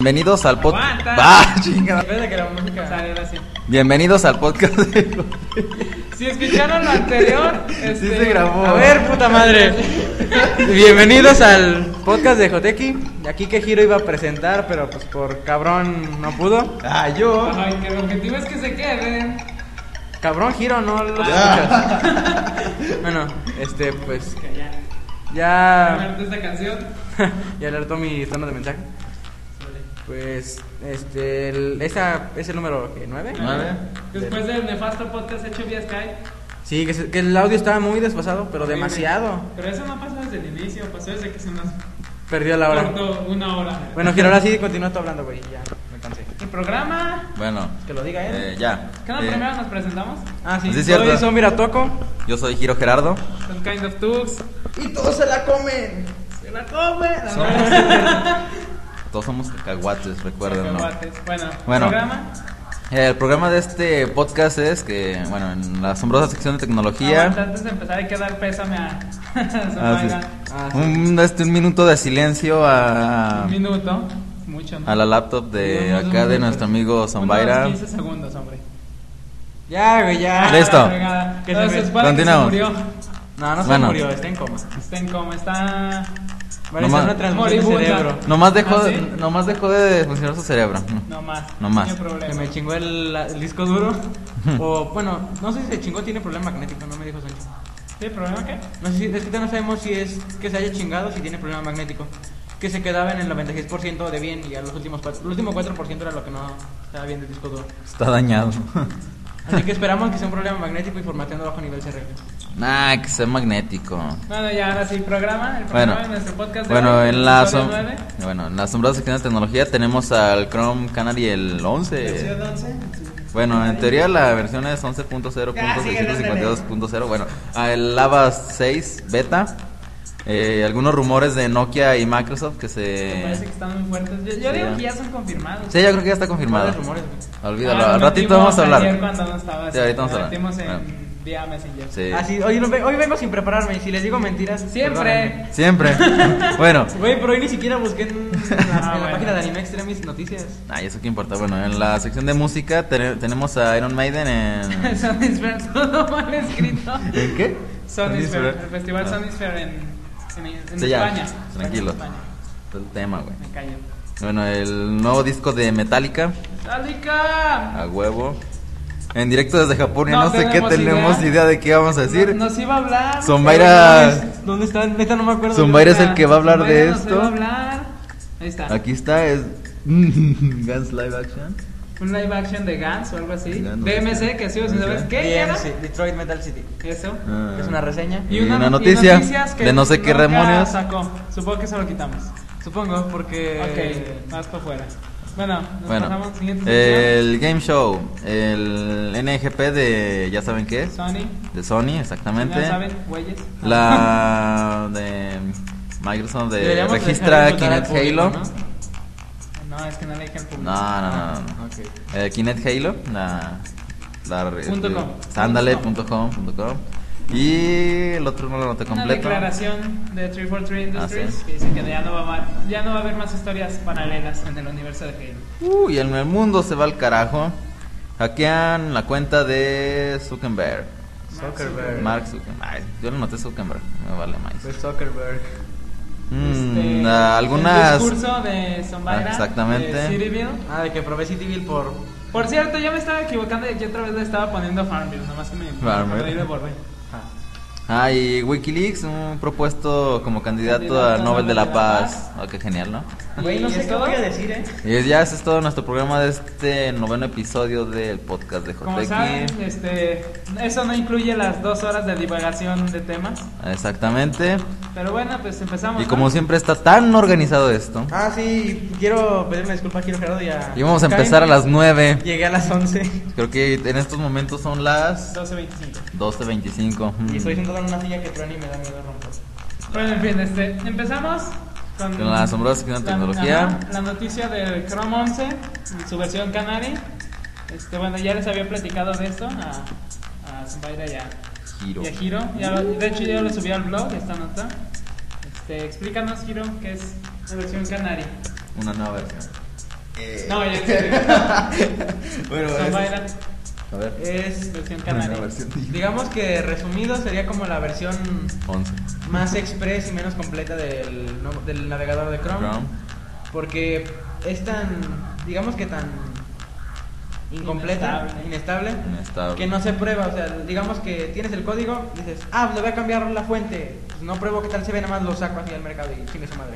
Bienvenidos al podcast. Aguanta. Ah, chingada. En vez de que la música saliera así. Bienvenidos al podcast. de- Si escucharon lo anterior, este, se grabó. A ver, puta madre. Bienvenidos al podcast de Joteki. Aquí que Giro iba a presentar, pero pues por cabrón no pudo. Ah, yo. Ay, que el objetivo es que se queden. Cabrón Giro no lo Ya. escuchas. bueno, este pues Que ya. ya Aparte esta canción. ya alertó mi tono de mensaje. Pues este el- esa es el número 9. Nueve. Después del nefasto podcast hecho vía Skype. Sí, que, se- que el audio estaba muy desfasado, pero Horrible. demasiado. Pero eso no pasó desde el inicio, pasó desde que se nos Perdió la hora. cortó una hora. Bueno, Giro, ahora sí, continúa tú hablando, güey. Ya, me cansé. El programa. Bueno, Que lo diga él. eh, ya. ¿Qué nos Eh, primero nos presentamos? ah, sí. sí, es Soy cierto. Somira Toco. yo soy Giro Gerardo. Son kind of tux. Y todos se la comen. Se la come. La Somos- verdad. Todos somos cacahuates, recuérdenlo. Cacahuates. Bueno, Bueno. programa. El programa de este podcast es que, bueno, en la asombrosa sección de tecnología. Aguanta, antes de empezar hay que dar pésame a Ah, sí. Zumbaga. Ah, sí. un, este, un minuto de silencio a, Un minuto. Mucho, ¿no? Ah. a la laptop de No, no, acá no, de no, nuestro no. amigo Zambaira. Unos 15 segundos, hombre. Ya, güey, ya. Listo. Ah, la fregada. Que se Entonces, ve. para que se Continuamos. murió. No, no se Bueno. murió, está en coma. Está en coma, está. Vale, Nomás- está en una transmisión de Moribunda. cerebro. Nomás dejó, ¿Ah, sí? nomás dejó de funcionar su cerebro. No más. No más. Tiene Que problema. me chingó el, el disco duro. o, bueno, no sé si se chingó, tiene problema magnético, no me dijo Sancho. ¿Tiene problema qué? No sé si, es que no sabemos si es que se haya chingado, si tiene problema magnético. Que se quedaba en el 96% de bien y a los últimos cuatro- el último 4% era lo que no estaba bien del disco duro. Está dañado. Así que esperamos que sea un problema magnético y formateando bajo nivel se arregle. nah, que sea magnético. Bueno, ya ahora sí, programa. El programa Bueno, de Ah, nuestro podcast. de bueno, hoy, en la episodio asom- nueve. bueno, en la asombrosa sección de tecnología tenemos al Chrome Canary el Episodio 11. 11. Bueno, en teoría la versión es 11.0.652.0. Bueno, ah, el Lava 6 beta. Eh, algunos rumores de Nokia y Microsoft que Me parece se... que están muy fuertes. Yo, yo Eh. Sí, ya. digo que ya son confirmados. Sí, yo creo que ya está confirmado. ¿Cuáles rumores, güey? Olvídalo, Ah, al lo ratito vamos a metimos hablar. Ayer cuando no estabas. Sí, ahorita vamos a lo hablar. metimos en Bueno. vía Messenger. Sí. Ah, sí, hoy, no ve- hoy vengo sin prepararme y si les digo mentiras. Siempre. Siempre. bueno, perdónenme. Güey, pero hoy ni siquiera busqué en, en la, en la Ah, bueno. página de Anime Extremis noticias. ay, eso qué importa. Bueno, en la sección de música tene- tenemos a Iron Maiden en... Son Isfer, todo mal escrito. ¿En qué? Sonisfer, el festival Ah. Sonisfer en, en, en Sí, ya, España. tranquilo. En España. Todo el tema, güey. Me callo. Bueno, el nuevo disco de Metallica, ¡Metallica! a huevo. En directo desde Japón, ya no, No sé qué tenemos tenemos idea. idea. de qué vamos a decir. No- nos iba a hablar. Zombaira, ¿Dónde están? Neta, no me acuerdo. Zombaira es Zumbaira el que va a hablar de nos esto. iba a hablar. Ahí está. aquí está, es Guns Live Action. Un live action de Guns o algo así. Guns, no sé. DMC, que sigo sin saber Ok. qué era. DMC, Detroit Metal City. Eso. Ah. Es una reseña. Y una noticia noticias que de no sé qué nunca demonios. Sacó. Supongo que eso lo quitamos. Supongo, porque. Ok, más para afuera. Bueno, nos Bueno, eh, pasamos siguiente sección. el game show, el NGP de ya saben qué, Sony. de Sony, exactamente. Ya saben, güeyes. Ah, La de Microsoft de Deberíamos registra dejar de Kinect insultar al Halo. público, No, es que no le dije al público. No, no, no. no. Ok. Eh, Kinect Halo, la. la re- Punto eh, com. Ándale, punto Punto com, punto com. Y el otro no lo noté Una completo. declaración de 343 Industries Ah, sí. que dice que ya no, va a, haber- ya no va a haber más historias paralelas en el universo de Halo. Uy, el el mundo se va al carajo. Hackean la cuenta de Zuckerberg. Zuckerberg. Mark Zuckerberg. Ay, yo lo noté Zuckerberg, me vale más. Fue Zuckerberg. Mm, Este, ah, algunas. El discurso de Zombaira. Ah, exactamente. de Cityville. Ah, de que probé Cityville por. Por cierto, yo me estaba equivocando y aquí otra vez le estaba poniendo Farmville. Nomás que me Farmville. me acordé y lo borré. Ah. Ah, y Wikileaks, un propuesto como candidato al Nobel de la Paz. Ah, qué genial, ¿no? Güey, no ¿Y sé es qué todo? voy a decir, eh. Y es- ya ese es todo nuestro programa de este noveno episodio del podcast de Como Joteki. saben, este, eso no incluye las dos horas de divagación de temas. Exactamente. Pero bueno, pues empezamos. Y ¿no? como siempre está tan organizado esto. Ah, sí, quiero pedirme disculpas, quiero Gerardo ya. Y vamos a empezar a las 9. Llegué a las 11 Creo que en estos momentos son las 12.25. 12.25. y estoy Mm. sentado en una silla que truena y me da miedo romper. Bueno, en fin, este, empezamos con, Con la asombrosa sección de la- tecnología. ajá, La, noticia del Chrome 11, en su versión Canary. Este, bueno, ya les había platicado de esto a, a Zumbaira y a, Giro. y a Hiro. Ya lo- de hecho, ya lo subí al blog, esta nota. Este, explícanos, Hiro, qué es la versión Canary. Una nueva versión. Eh. No, ya en serio. bueno, es- Zomba era- A ver, es versión Una canaria. versión digital. Digamos que resumido sería como la versión 11. más express y menos completa del, no- del navegador de Chrome, Chrome. Porque es tan, digamos que tan incompleta, inestable, Inestable. que no se prueba. O sea, digamos que tienes el código, dices, ah, le voy a cambiar la fuente. Pues no pruebo qué tal se ve, nada más lo saco así al mercado y chingue su madre.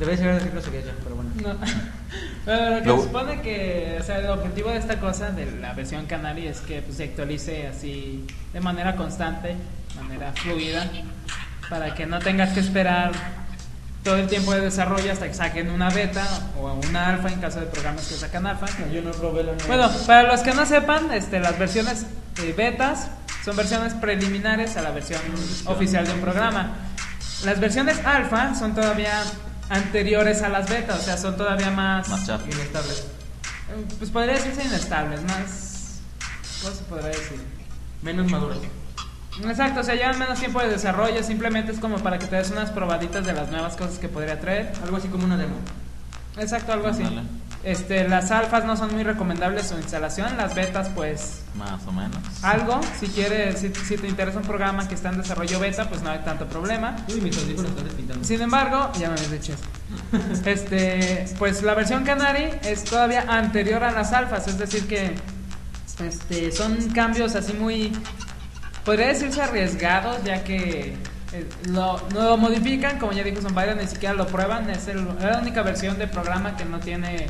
Debería saber decirlo sería ya, pero bueno. No. Pero lo que Lo- se supone que, o sea, el objetivo de esta cosa, de la versión canaria, es que pues, se actualice así de manera constante, de manera fluida, para que no tengas que esperar todo el tiempo de desarrollo hasta que saquen una beta o una alfa en caso de programas que sacan alfa. Yo no probé la Bueno, para los que no sepan, este, las versiones eh, betas son versiones preliminares a la versión oficial de un programa. Las versiones alfa son todavía anteriores a las betas, o sea, son todavía más, Más chato. inestable. eh, pues podría decirse inestables, más, ¿cómo se podría decir? Menos maduro. Exacto, o sea, llevan menos tiempo de desarrollo, simplemente es como para que te des unas probaditas de las nuevas cosas que podría traer. Algo así como una demo. Exacto, algo así. Ándale. Este, las alfas no son muy recomendables su instalación, las betas pues Más o menos. algo. Si quieres, si, si te interesa un programa que está en desarrollo beta, pues no hay tanto problema. Uy, mis audífonos están despintando. Sin embargo, ya me habías dicho eso. Este, pues la versión Canary es todavía anterior a las alfas, es decir que este, son cambios así muy, podría decirse arriesgados, ya que eh, lo, no lo modifican, como ya dijo Zombaira, ni siquiera lo prueban, es el- la única versión de programa que no tiene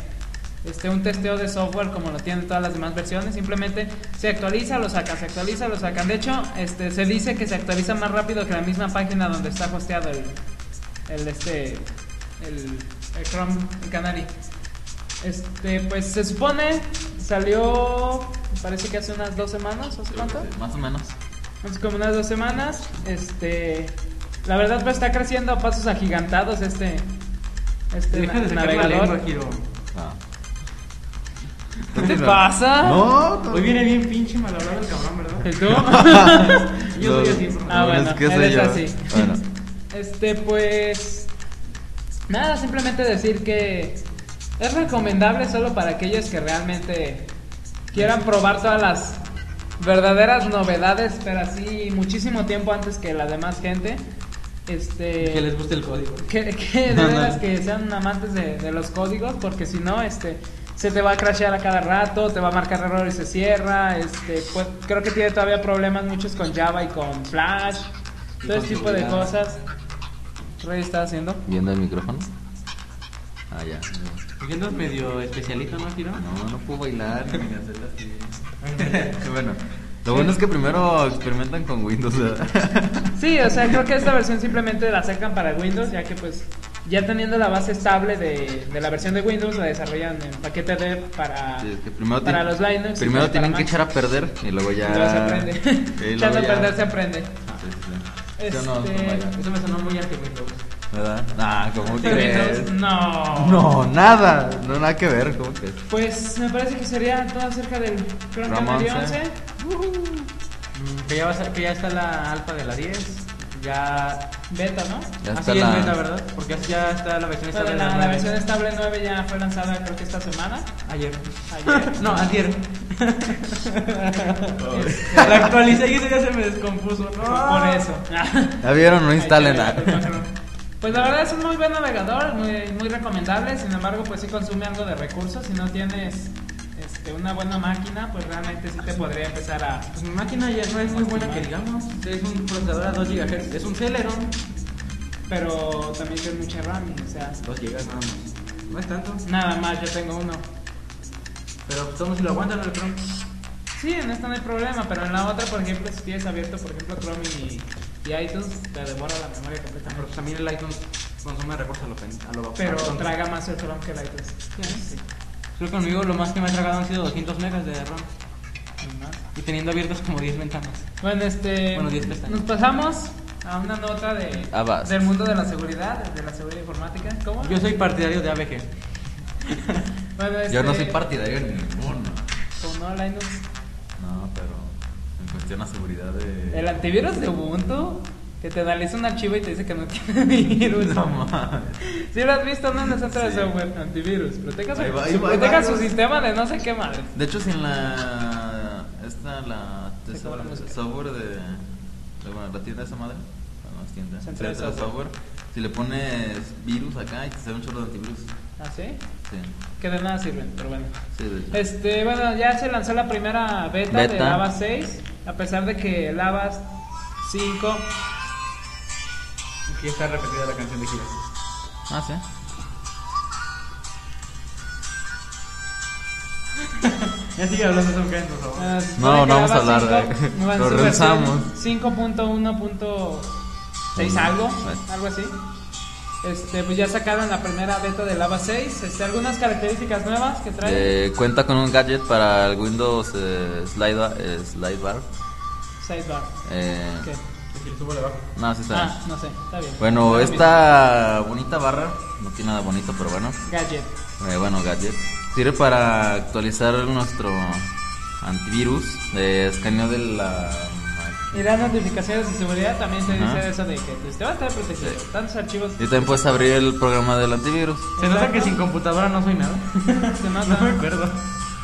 este, un testeo de software como lo tienen todas las demás versiones, simplemente se actualiza, lo sacan, se actualiza, lo sacan. De hecho, este, se dice que se actualiza más rápido que la misma página donde está hosteado el, el este el, el Chrome el Canary este pues se supone salió me parece que hace unas dos semanas hace cuánto Más o menos. hace como unas dos semanas este la verdad pues está creciendo a pasos agigantados este este Deja de sacar la lengua, navegador Giro. No. ¿qué te pasa No, Hoy viene bien pinche malhablado el cabrón, ¿Y ¿verdad? tú Yo soy así, No, Ah, por favor. bueno, es que sé eres yo. así. Bueno, Este, pues. Nada, simplemente decir que es recomendable solo para aquellos que realmente quieran probar todas las verdaderas novedades, pero así muchísimo tiempo antes que la demás gente. Este. Que les guste el código. Que, que de veras que sean amantes de, de los códigos, porque si no, este, se te va a crashear a cada rato, te va a marcar error y se cierra, este, pues creo que tiene todavía problemas muchos con Java y con Flash, Y todo con ese tipo de seguridad. cosas. Rey está haciendo. viendo el micrófono. Ah, ya. Porque andas medio especialito, ¿no, Giro? No, no puedo bailar ni hacer así. Qué bueno. Lo bueno es que primero experimentan con Windows. ¿verdad? Sí, o sea, creo que esta versión simplemente la sacan para Windows, ya que pues ya teniendo la base estable de, de la versión de Windows, la desarrollan en paquete de para, Sí, es que primero para tienen- los Linux. y Primero para tienen que Mac. echar a perder y luego ya. Y luego se aprende. Sí, luego Echando a ya- perder se aprende. Sí, sí, sí. ¿Sí o no, Este- Zumbaira? Eso me sonó muy anti-Windows. ¿Verdad? Ah, ¿cómo Pero crees? entonces, No. No, nada. No, nada que ver. ¿Cómo crees? Pues me parece que sería todo acerca del Chrome Chrome Canary 11. 11. Mm, Que ya, va a ser- que ya está la alfa de la 10. Ya. Beta, ¿no? Ya así está es la- beta, ¿verdad? Porque así ya está la versión Bueno, estable de la, la, la 9. versión estable 9 ya fue lanzada creo que esta semana. Ayer. Ayer. no, ayer. la actualicé y eso ya se me descompuso. Ah. No. Por eso. Ah. Ya vieron, no instalen Ahí está, nada. Pues la verdad es un muy buen navegador, muy, muy recomendable, sin embargo pues sí consume algo de recursos, si no tienes este, una buena máquina pues realmente sí te podría empezar a... Pues mi máquina ya no es muy buena que digamos. Es un procesador a 2 GHz. Es un Celeron. Pero también tiene mucha RAM, o sea, 2 GB nada más. No es tanto. nada más, yo tengo uno. Pero pues todos si lo aguantan el Chrome. Sí, en esta no hay problema, pero en la otra, por ejemplo, si tienes abierto, por ejemplo, Chrome y, y iTunes, te devora la memoria completa. Pero pues, también el iTunes consume recursos a lo, pen- a lo Pero bastante. traga más el Chrome que el iTunes. Sí. Creo que conmigo lo más que me ha tragado han sido 200 megas de RAM. Y teniendo abiertas como 10 ventanas. Bueno, este. Bueno, 10 pestañas. nos pasamos a una nota de, Ah, vas. del mundo de la seguridad, de la seguridad informática. ¿Cómo? Yo soy partidario de ABG. Bueno, Yo no este, soy partidario de ninguno. ¿Cómo no, Linux? No, pero en cuestión a seguridad de. El antivirus de Ubuntu que te analiza un archivo y te dice que no tiene virus. No mames. Si lo has visto, no en el centro de Sí. software, antivirus. Proteja su, Ahí va, ahí su- va, proteja ahí va. su sistema de no sé qué madre. De hecho, sin la. Esta, la. Se esa- acabó la música. software de. de, bueno, la tienda de esa madre. Bueno, no es tienda. Centro de Centro de software. software. Si le pones virus acá y te sale un chorro de antivirus. ¿Ah, sí? Sí. Que de nada sirven, pero bueno. Sí, de hecho. Este, bueno, ya se lanzó la primera beta, de Beta. Lava 6, a pesar de que Lava 5 Aquí está repetida la canción de Gira. Ah, sí. Ya sigue hablando Son Ken, por favor. Ah, se No, supone no que vamos a Lava hablar 5 de- va en lo su versión revisamos. 5.1.6 Uno, algo, bueno. algo así. Este, pues ya sacaron la primera beta de Lava 6. Este, algunas características nuevas que trae. Eh, cuenta con un gadget para el Windows eh, slide, ba- eh, slide bar. Sidebar. Eh, ¿Qué? Aquí le subo le bajo. No, sí está. Ah, no sé, está bien. Bueno, Está bien. esta bonita barra, no tiene nada bonito, pero bueno, Gadget. eh, bueno, gadget, sirve para actualizar nuestro antivirus, eh, escaneo de la... Y las notificaciones de seguridad también te Ajá. dice eso de que pues, tu sistema está protegido. Sí. Tantos archivos. Y también puedes abrir el programa del antivirus. Se nota que sin computadora no soy nada. Se nota. No me acuerdo.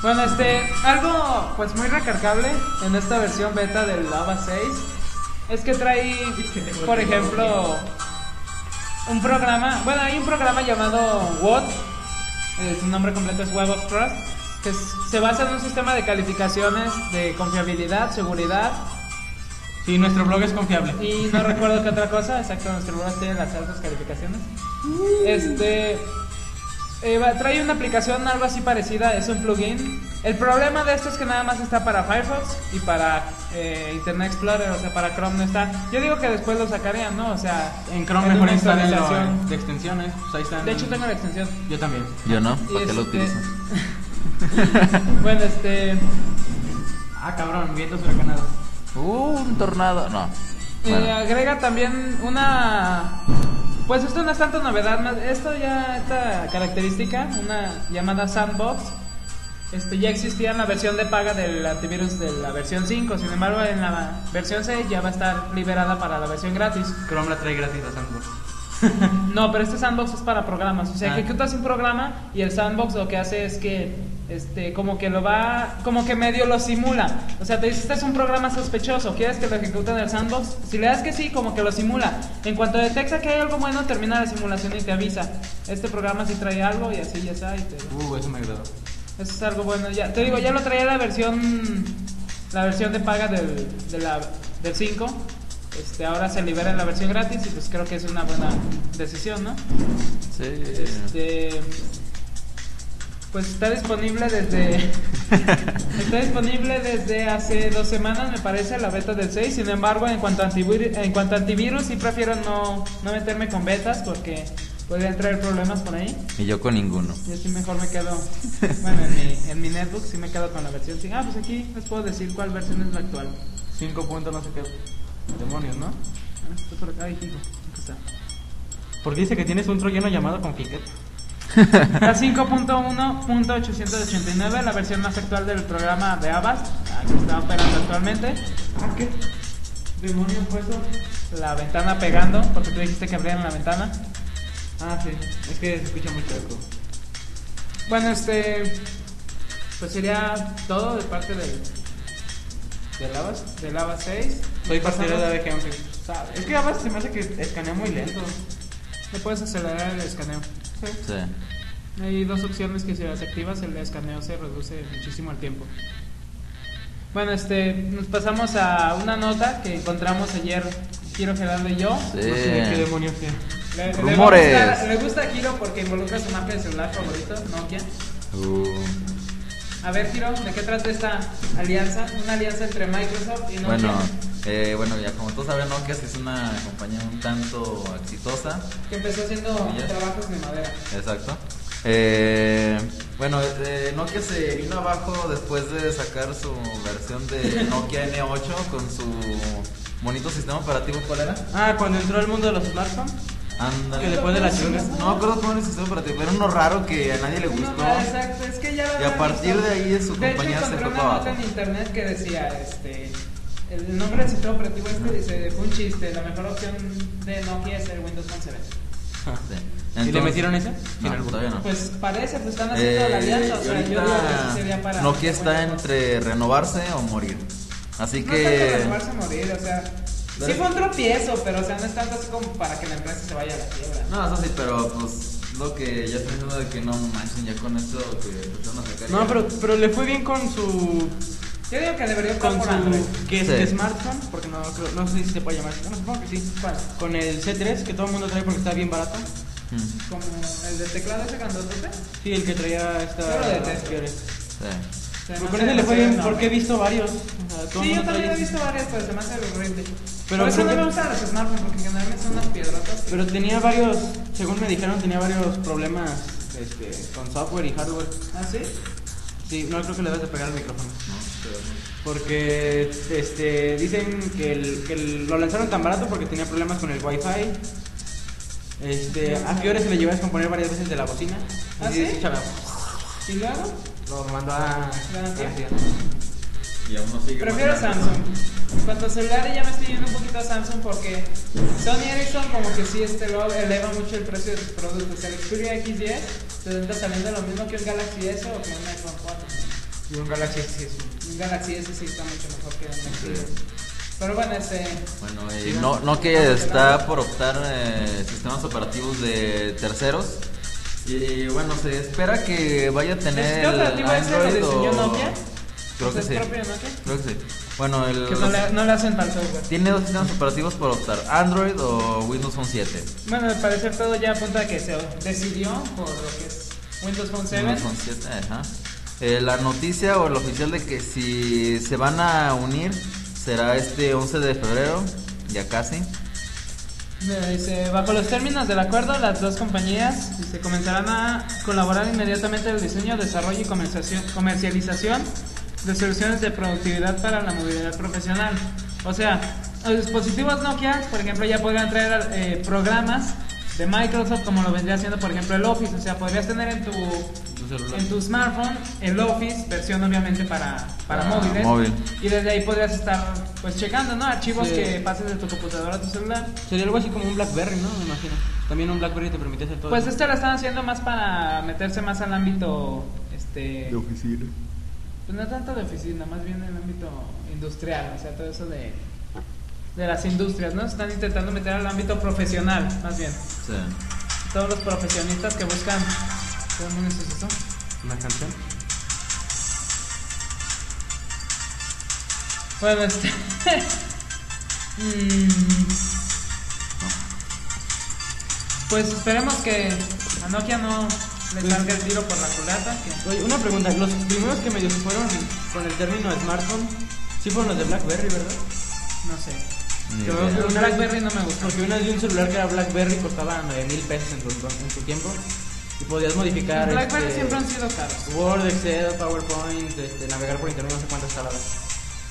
Bueno, este, algo pues muy recargable en esta versión beta del Lava 6 es que trae, por ejemplo, un programa, bueno, hay un programa llamado WOT, eh, su nombre completo es Web of Trust, que es- se basa en un sistema de calificaciones de confiabilidad, seguridad Sí, nuestro blog es confiable. y no recuerdo qué otra cosa, exacto, nuestros blogs tienen las altas calificaciones. Este eh, va- trae una aplicación algo así parecida, es un plugin. El problema de esto es que nada más está para Firefox y para eh, Internet Explorer, o sea, para Chrome no está. Yo digo que después lo sacarían, ¿no? O sea, En Chrome en mejor una instalen actualización. lo de extensiones. pues ahí están. De hecho tengo la extensión. Yo también. Yo no, Y ¿para qué lo este- utilizo? Bueno, este Ah, cabrón, vientos huracanados. Uh, un tornado, no. Eh, Bueno, agrega también una. Pues esto no es tanto novedad, más- esto ya, esta característica, una llamada sandbox, este, ya existía en la versión de paga del antivirus de la versión 5, sin embargo en la versión 6 ya va a estar liberada para la versión gratis. Chrome la trae gratis a Sandbox. No, pero este sandbox es para programas. O sea, Ah. ejecutas un programa y el sandbox lo que hace es que, este, como que lo va, como que medio lo simula. O sea, te dice, este es un programa sospechoso, ¿quieres que lo ejecuten en el sandbox? Si le das que sí, como que lo simula. En cuanto detecta que hay algo bueno, termina la simulación y te avisa. Este programa sí trae algo y así ya está. y te- Uh, eso me agradó. Eso es algo bueno. Ya, te digo, ya lo traía la versión, la versión de paga del, de la, del 5. Este, ahora se libera en la versión gratis y pues creo que es una buena decisión, ¿no? sí. Este, pues está disponible desde. está disponible desde hace dos semanas, me parece, la beta del 6. Sin embargo, en cuanto a antivirus, en cuanto a antivirus sí prefiero no, no meterme con betas porque podrían traer problemas por ahí. Y yo con ninguno. Yo sí mejor me quedo. Bueno, en mi, en mi netbook sí me quedo con la versión. cinco. Ah, pues aquí les puedo decir cuál versión es la actual. 5 puntos, no sé qué. Demonios, ¿no? Ah, está por acá, ay, hijo, aquí está. Porque dice que tienes un troyano llamado Confiquet. La 5.1.889, la versión más actual del programa de Avast, la que está operando actualmente. Ah, ¿qué? Demonios fue eso. La ventana pegando, porque tú dijiste que abrieran la ventana. Ah, sí. Es que se escucha mucho eco. Bueno, este. Pues sería todo de parte del, ¿Te lavas? del Avast 6. Soy partidario de Pasamos- ABG, aunque. sabe. Es que además se me hace que escanea muy lento. Le puedes acelerar el escaneo. Sí. Hay dos opciones que si las activas el escaneo se reduce muchísimo el tiempo. Bueno, este, nos pasamos a una nota que encontramos ayer, Giro Gerardo y yo. Sí. No sé de qué demonios sea. Le, le Rumores. va a gustar- Le gusta, Giro porque involucra su marca de celular favorito, Nokia. Uh. A ver, Giro, ¿de qué trata esta alianza? Una alianza entre Microsoft y Nokia. Bueno, eh, bueno, ya como todos saben, Nokia sí es una compañía un tanto exitosa. Que empezó haciendo Ya. trabajos de madera. Exacto. Eh, bueno, eh, Nokia se vino abajo después de sacar su versión de Nokia N8 con su bonito sistema operativo. ¿Cuál era? Ah, cuando entró el mundo de los smartphones. Ándale. Que después de las chingas. No me acuerdo cómo era el sistema operativo, pero era uno raro que a nadie le Pues, No, gustó. no, exacto, es que ya lo Y a habían partir visto. de ahí su De hecho, compañía se encontré fue una para nota en abajo. internet que decía, este, El nombre del sistema operativo este dice, fue un chiste, la mejor opción de Nokia es el Windows Phone 7. Sí. ¿Y le Este, Entonces- metieron esa? No, Sin albur. todavía no. Pues parece, pues están haciendo la Eh, alianza, o y sea, yo digo que sí sería ahorita para... Nokia está Windows Phone. entre renovarse o morir. Así No es tanto que. renovarse a morir, o sea, sí Dale. fue un tropiezo, pero o sea, no es tanto así como para que la empresa se vaya a la quiebra. No, eso sí, pero pues lo que ya estoy diciendo de que no manchen ya con esto que empezaron a sacar. No, ya. pero, pero le fue bien con su. Yo digo que debería optar Con por Android. su. ¿Qué es Sí. ¿qué smartphone? Porque no, creo- no sé si se puede llamar. No, supongo que sí. ¿Cuál? Con el C3, que todo el mundo trae porque está bien barato. Mm, sí. Como el del teclado ese grandotote. Sí, el que traía Yo lo esta. detesto. fiebre. O sea, Pero no Pues Con sé, ese le no fue sé, bien no. porque he visto varios. O sea, todo Sí, el yo mundo también trae- he visto varias, pero se me hace aburriente. Pero Por eso creo no que- me gustan los smartphones, porque generalmente son unas piedrotas. Pero tenía varios, según me dijeron, tenía varios problemas este, con software y hardware. ¿Ah, sí? Sí, no creo que le debes de pegar al micrófono. No, pero no. Porque este, dicen que, el- que el- lo lanzaron tan barato porque tenía problemas con el wifi. Este, a Fiore se le llevó a descomponer varias veces de la bocina. ¿Ah, Así sí? escuchaba, ¿Y luego? Lo mandó a... La tía. Y aún no sigue. Prefiero mandando. Samsung. En cuanto a celulares ya me estoy yendo un poquito a Samsung porque Sony Ericsson como que sí este lo eleva mucho el precio de sus productos. El Xperia X10 te está saliendo lo mismo que un Galaxy S o que un iPhone 4. Y un Galaxy S. Un Galaxy S sí está mucho mejor que un Xperia. Sí. Pero bueno, este... Bueno, eh, no, no que está por optar eh, sistemas operativos de terceros. Y bueno, se espera que vaya a ¿El tener. sistema operativo ese lo Android diseñó o- Nokia? Creo pues, ¿Es que sí. propio de Nokia? Creo que sí. Bueno, el, Que no le, no le hacen para el software. tiene dos sistemas operativos por optar: Android o Windows Phone 7. Bueno, al parecer todo ya apunta a que se decidió por lo que es Windows Phone 7. Windows Phone 7, ajá. Eh, la noticia o el oficial de que si se van a unir será este 11 de febrero, ya casi. Mira, Eh, Dice, bajo los términos del acuerdo, las dos compañías se comenzarán a colaborar inmediatamente en el diseño, desarrollo y comerciación- comercialización de soluciones de productividad para la movilidad profesional. O sea, los dispositivos Nokia, por ejemplo, ya podrían traer eh, programas de Microsoft como lo vendría haciendo, por ejemplo, el Office. O sea, podrías tener en tu, en tu smartphone el Office, versión obviamente para, para Ah, móviles. móvil. Y desde ahí podrías estar pues checando, ¿no? Archivos Sí. que pases de tu computadora a tu celular. Sería algo así como un BlackBerry, ¿no? Me imagino. También un BlackBerry te permite hacer todo. Pues eso. este lo están haciendo más para meterse más al ámbito, este, oficina. pues no tanto de oficina, más bien en el ámbito industrial, o sea, todo eso de, de las industrias, ¿no? Se Están intentando meter al ámbito profesional, más bien. Sí. Todos los profesionistas que buscan... ¿Qué demonios es eso? Una canción. Bueno, este... mm, pues esperemos que a Nokia no le salga el tiro por la culata, que... Oye, una pregunta. Los primeros que medio se fueron con el término smartphone, sí fueron los de BlackBerry, ¿verdad? No sé. Ni Yo- idea. yo- Un Blackberry no me gustó. Porque una de un celular que era BlackBerry costaba 9 mil pesos en su, en su tiempo y podías modificar. Los Blackberry este, siempre han sido caros. Word, Excel, PowerPoint, este, navegar por internet no sé cuántas palabras.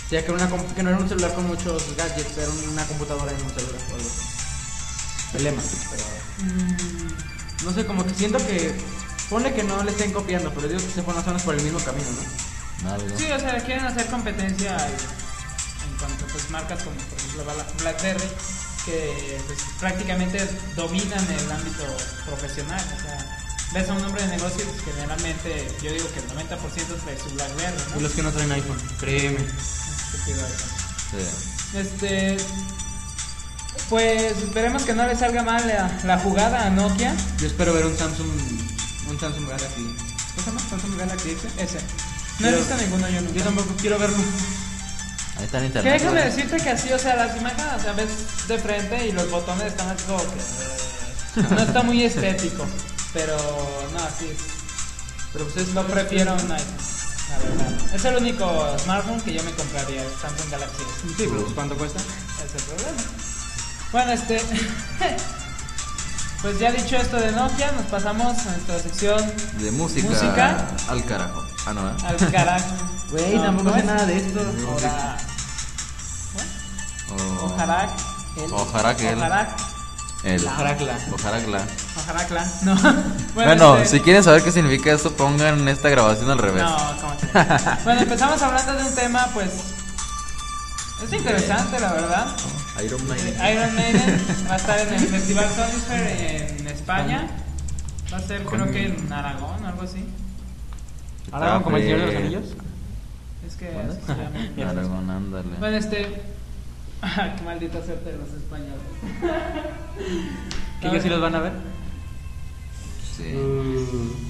O sea, que, una, comp- que no era un celular con muchos gadgets, era una computadora en un celular. o algo así. El lema, pero. Mm, No sé, como que siento que. Pone que no le estén copiando, pero digo que se fueron más o menos por el mismo camino, ¿no? Algo. Sí, o sea, quieren hacer competencia al- en cuanto pues marcas como por ejemplo Bla- BlackBerry que pues, prácticamente dominan el ámbito profesional, o sea, ves a un hombre de negocios pues, generalmente yo digo que el 90% es de su BlackBerry, ¿no? Y los que no traen iPhone, créeme. Estúpido eso. Sí. Este. Pues esperemos que no le salga mal la, la jugada a Nokia. Yo espero ver un Samsung. Un Samsung Galaxy. ¿Cómo se llama? Samsung Galaxy X. Ese. No he Yo- visto ninguno yo nunca. Yo tampoco quiero verlo. Ahí está en Que internet. déjame ¿no? decirte que así, o sea, las imágenes, o sea, ves de frente y los botones están así como que. eh, No está muy estético, pero no, así es. Pero ustedes Lo prefiero a un iPhone, la verdad. Es el único smartphone que yo me compraría, el Samsung Galaxy S. Sí, pero pues, ¿cuánto cuesta? Ese es el problema. Bueno, este. Pues ya dicho esto de Nokia, nos pasamos a nuestra sección De música. ¿Música? Al carajo. Ah, no, ¿eh? al carajo. Güey, No, tampoco ¿cómo sé es? nada de esto. Ahora. O- Oh. Ojarak. el- Ojarak, el- Ojarak. El. Ojaracla. Ojaracla. Ojaracla. No. Bueno, este- si quieren saber qué significa esto, pongan esta grabación al revés. No, ¿cómo que? bueno, empezamos hablando de un tema, pues. Es interesante, la verdad. Eh, Iron Maiden. Iron Maiden va a estar en el Festival Sonifer en España. Va a ser, creo que en Aragón o algo así. Ahora Ah, como el Señor de los pues. Anillos. Es que. ¿Dónde? así se llama. Aragón, ándale. Bueno, este. Ah, qué maldita suerte de los españoles. ¿Que ellos sí los van a ver? Sí.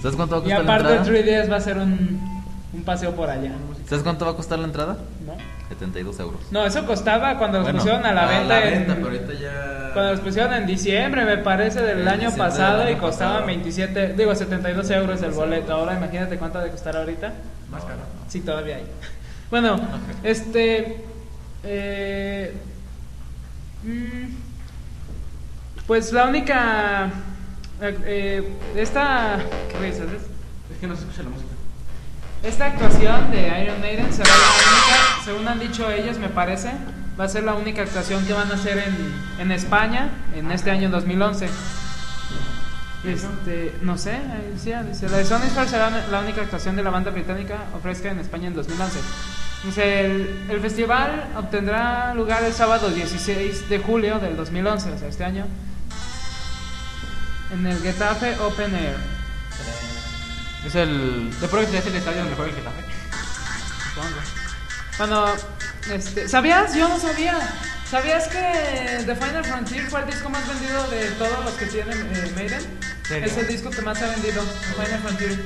¿Sabes cuánto va a Y costar la aparte, entrada? 3DS va a ser un, un paseo por allá. ¿Sabes cuánto va a costar la entrada? ¿No? 72 euros. No, eso costaba cuando los Bueno, pusieron a la venta. en- venta, pero ahorita ya. Cuando los pusieron en diciembre, me parece, del En año diciembre pasado del año y costaban pasado. 27, digo 72 euros el boleto. Ahora imagínate cuánto ha de costar ahorita. Más caro. Sí, todavía hay. Bueno, este. eh, mm, pues la única. eh, esta. ¿Qué risa, ¿ves? Es que no se escucha la música. Esta actuación de Iron Maiden será la única, según han dicho ellos, me parece, va a ser la única actuación que van a hacer en, en España en este año 2011. Este, no sé, ahí decía, dice, la de Sonic Fair será la única actuación de la banda británica ofrezca en España en 2011. Dice, el, el festival obtendrá lugar el sábado 16 de julio del 2011, o sea, este año, en el Getafe Open Air. Es el. De pronto es el estadio donde juega el Getafe. Supongo. Bueno, este, ¿sabías? Yo no sabía. ¿Sabías que The Final Frontier fue el disco más vendido de todos los que tienen eh, Maiden? ¿Serio? Es el disco que más ha vendido, The Final Frontier.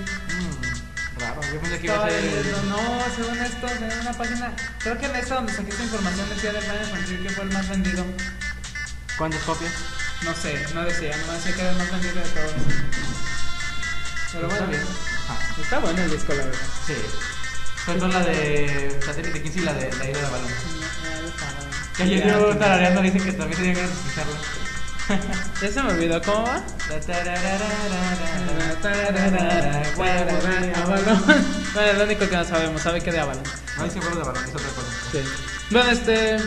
Raro, yo pensé que iba Estaba a ser. leyendo, no, según esto, en una página, creo que en esta donde saqué esta información decía The Final Frontier que fue el más vendido. ¿Cuántas copias? No sé, no decía, no decía que era el más vendido de todos. Pero bueno, Ah, está bueno el disco, la verdad. sí. Faltó la de Satélite 15 y la de la ida de balón. Que ayer yo tarareando dicen que también tenía ganas de escucharlo. Ya se me olvidó, ¿cómo va? Bueno, es lo único que no sabemos, sabe que de Avalon. No dice juego de balón, es otra cosa. Bueno, este.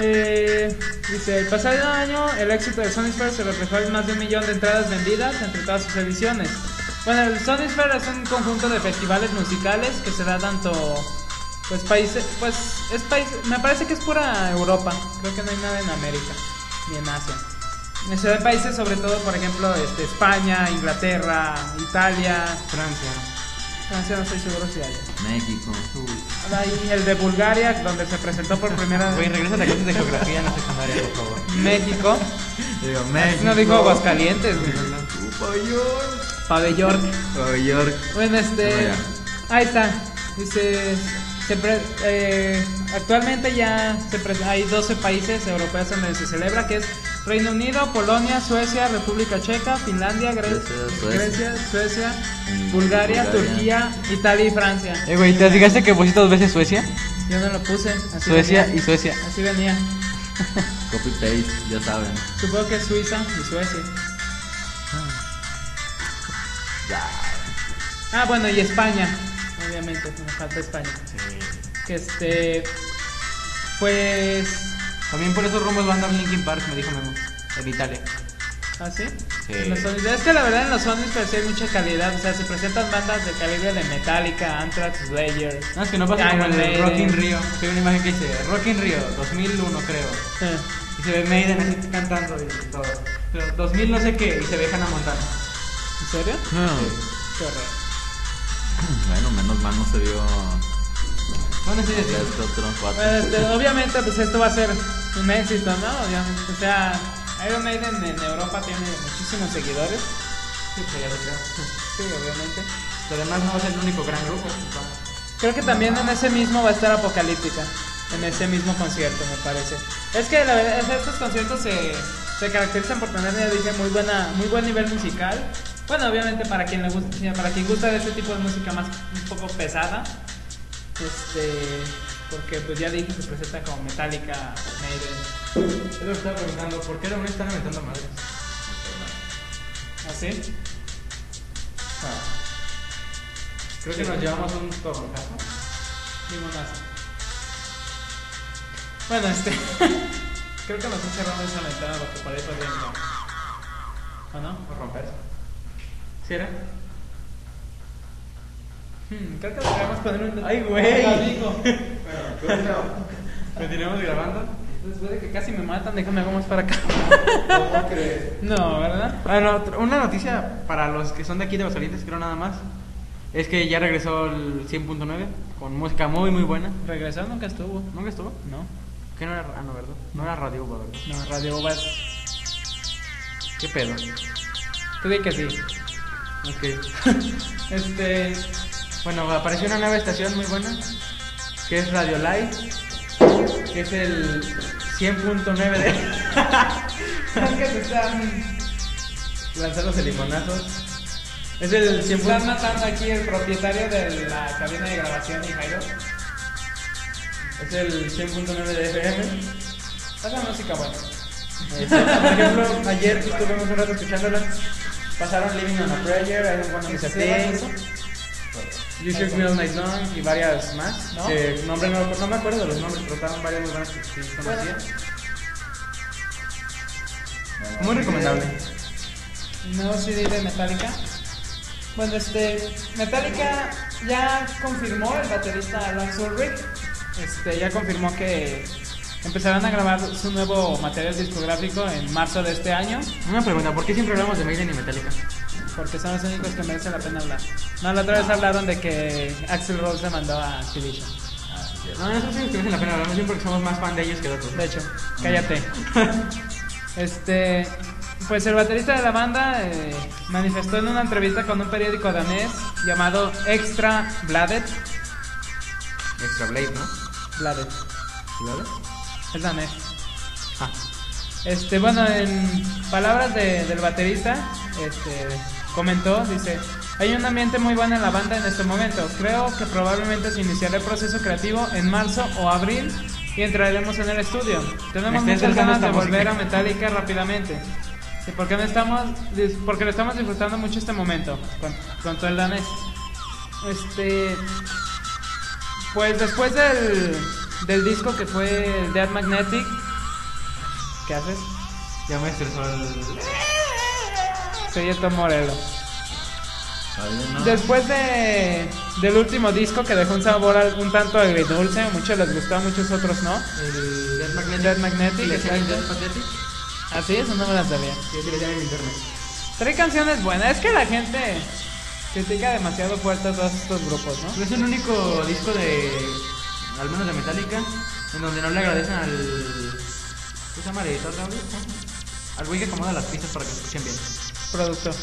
eh, dice: El pasado año, el éxito de Sonic Fair se reflejó en más de un millón de entradas vendidas entre todas sus ediciones. Bueno, el Sonic Fair es un conjunto de festivales musicales que se da tanto. Pues países. Pues es país. Me parece que es pura Europa. Creo que no hay nada en América ni en Asia. Se da en países, sobre todo, por ejemplo, este, España, Inglaterra, Italia. Francia. Francia, no estoy seguro si hay. México. Ahí el de Bulgaria, donde se presentó por primera Güey, vez regresa a clases de geografía en la secundaria, por favor. México. Digo, México. No dijo Aguascalientes, güey. Nueva York. Pabellón. Nueva York. Bueno, este. Vaya. Ahí está. Dice. se pre- eh, actualmente ya se pre- hay 12 países europeos donde se celebra, que es Reino Unido, Polonia, Suecia, República Checa, Finlandia, Gre- Suecia, Suecia. Grecia, Suecia, Mm, Bulgaria, Bulgaria. Turquía, Italia y Francia. Eh, güey, ¿te fijaste que pusiste dos veces Suecia? Yo no lo puse. Así Suecia venía. y Suecia. Así venía. Copy paste, ya saben. Supongo que es Suiza y Suecia. Ya. Ah, bueno, y España, obviamente, me falta España. Que este. Pues. También por esos rumbos va a andar Linkin Park, me dijo Memo. En Italia. ¿Ah, sí? Sí. En los Sonics- Es que la verdad en los Sonics pues, sí hay mucha calidad. O sea, se presentan bandas de calibre de Metallica, Anthrax, Slayer. No, es que no pasa como Iron el de Rock in Maiden. Rio. Tengo una imagen que dice Rock in Rio 2001, creo. Eh, Y se ve Maiden así cantando y todo. Pero 2000 no sé qué, y se ve Hannah Montana. ¿En serio? Qué horror. Bueno, menos mal no se vio. ¿Dónde se dice? Este otro cuatro. Bueno, este, obviamente, pues esto va a ser un éxito, ¿no? Obviamente. O sea, Iron Maiden en Europa tiene muchísimos seguidores. Sí, pues ya lo creo. Sí, obviamente. Pero además no es el único gran grupo. Creo que también en ese mismo va a estar Apocalíptica. En ese mismo concierto, me parece. Es que la verdad, es que estos conciertos se, se caracterizan por tener, ya dije, muy, buena, muy buen nivel musical. Bueno, obviamente para quien le gusta, para quien gusta de este tipo de música más un poco pesada. Este, porque pues ya dije, se presenta como Metallica, Maiden, Yo lo estaba preguntando, ¿por qué no me están aventando madres? así. Ah. Creo que nos llevamos un toroncazo. Limonazo. Bueno, este. creo que nos está cerrando esa ventana porque por ahí podrían no. ¿O no? Por romper. ¿Sí era? Hmm, creo que podríamos poner un. ¡Ay, güey! Amigo. pues, ¿Continuamos grabando? Después de que casi me matan, déjame hago más para acá. ¿Cómo crees? No, ¿verdad? Bueno, otra- una noticia para los que son de aquí de Basolientes, creo nada más. Es que ya regresó el 100.9 con música muy, muy buena. Regresar nunca estuvo. ¿Nunca estuvo? No, Que no era, ah, no, ¿verdad? No era Radio Uva, ¿verdad? no, Radio Bas. ¿Qué pedo? Tú di que sí. Ok. Este. Bueno, apareció una nueva estación muy buena, que es Radio Live, que es el 100.9 de... Creo que se están. Lanzar los elimonazos. Es el se 100. Están matando aquí el propietario de la cabina de grabación y Jairo. Es el 100.9 de FM. Pasa música buena. Por ejemplo, ayer estuvimos un rato escuchándola. Pasaron Living on a Prayer, I Don't Wanna Miss a Thing, You Should Feel My Song y varias más. ¿No? Que nombre pues no, no me acuerdo de los nombres, pero estaban varias muy buenas que sí conocía. Muy recomendable. No CD de Metallica. Bueno, este. Metallica ya confirmó, el baterista Lance Ulrich, este, ya confirmó que empezarán a grabar su nuevo material discográfico en marzo de este año, Una pregunta, ¿por qué siempre hablamos de Maiden y Metallica? porque son los únicos que merecen la pena hablar. No, la otra vez hablaron de que Axel Rose le mandó a Activision. Ah, sí, No, nosotros sí que merecen la pena hablar, no siempre porque somos más fan de ellos que de otros. De hecho, cállate. Este, pues el baterista de la banda eh, manifestó en una entrevista con un periódico danés llamado Extra Bladet. Extra Blade, ¿no? Bladet, ¿Blade? es danés. Ah. Este, bueno, en palabras de- del baterista, este, comentó, dice, hay un ambiente muy bueno en la banda en este momento. Creo que probablemente se iniciará el proceso creativo en marzo o abril y entraremos en el estudio. Tenemos Me está muchas encantando ganas de esta volver música. a Metallica rápidamente. ¿Y por qué no estamos? dis- Porque lo estamos disfrutando mucho este momento, con, con todo el danés. Este, pues después del, del disco que fue el Dead Magnetic, ¿qué haces? Ya me estresó el... Soy Tom Morello. Todavía no. Después de, del último disco que dejó un sabor al- un tanto agridulce, a muchos les gustó, a muchos otros no. El Death Magnetic. Death Magnetic, ¿Y le sigue el exacto. Death Magnetic? Así es, no me las sabía. Sí, sí, le llaman en internet. Tres canciones buenas. Es que la gente critica demasiado fuerte a todos estos grupos, ¿no? Es el único disco de, al menos de Metallica, en donde no le agradecen al... ¿Qué se llama el editor de audio? ¿Cómo se llama? Al güey que acomoda las pistas para que se escuchen bien. Productor.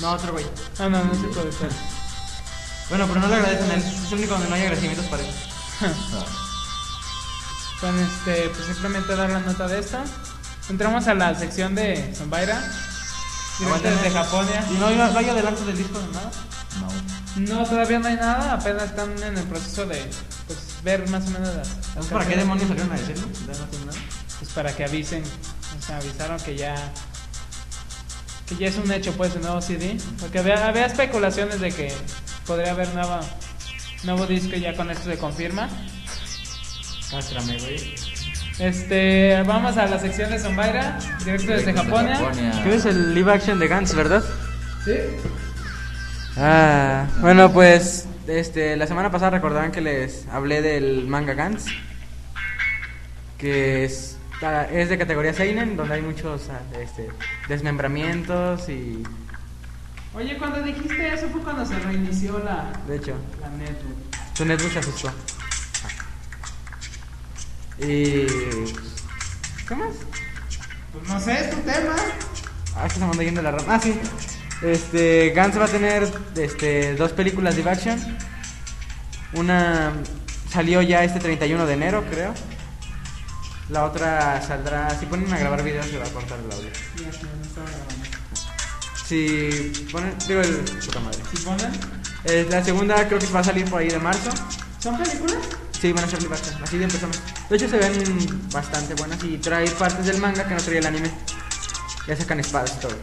No, otro güey. No, no, no soy productor. Bueno, pero no le agradecen a él. Es el único donde no hay agradecimientos para él. Ah, Con este, pues simplemente dar la nota de esta. Entramos a la sección de Zombaira. Directo Aguántame. desde Japonia. Y no, iba- no hay adelanto del disco de nada. no. No, todavía no hay nada, apenas están en el proceso de pues, ver más o menos las. las Entonces, ¿para qué canciones. demonios salieron a decirlo? Ya no tiene nada. Pues para que avisen, o sea, avisaron que ya. que ya es un hecho, pues, el nuevo CD. Porque había, había especulaciones de que podría haber nueva, nuevo disco y ya con esto se confirma. Cástrame, güey. Este, vamos a la sección de Zombaira, directo desde Japonia. Tú eres el live action de Guns, ¿verdad? Sí. Ah, bueno, pues este, la semana pasada recordarán que les hablé del manga Gans, que es, ah, es de categoría Seinen, donde hay muchos ah, este, desmembramientos y... Oye, cuando dijiste eso fue cuando se reinició la, De hecho, la network. su netbook se asustó. Y... ¿Qué más? Pues no sé, es tu tema. Ah, es que se me anda yendo la rama. Ah, sí. Este, Gans va a tener este, dos películas live action. Una salió ya este 31 de enero, creo. La otra saldrá. Si ponen a grabar videos, se va a cortar el audio. Ya, ya, no estaba grabando. Si ponen. Digo, el. Puta madre. ¿Sí ponen? Eh, la segunda creo que va a salir por ahí de marzo. ¿Son películas? Sí, van a ser live action. Así de empezamos. De hecho, se ven bastante buenas y trae partes del manga que no traía el anime. Ya sacan espadas y todo.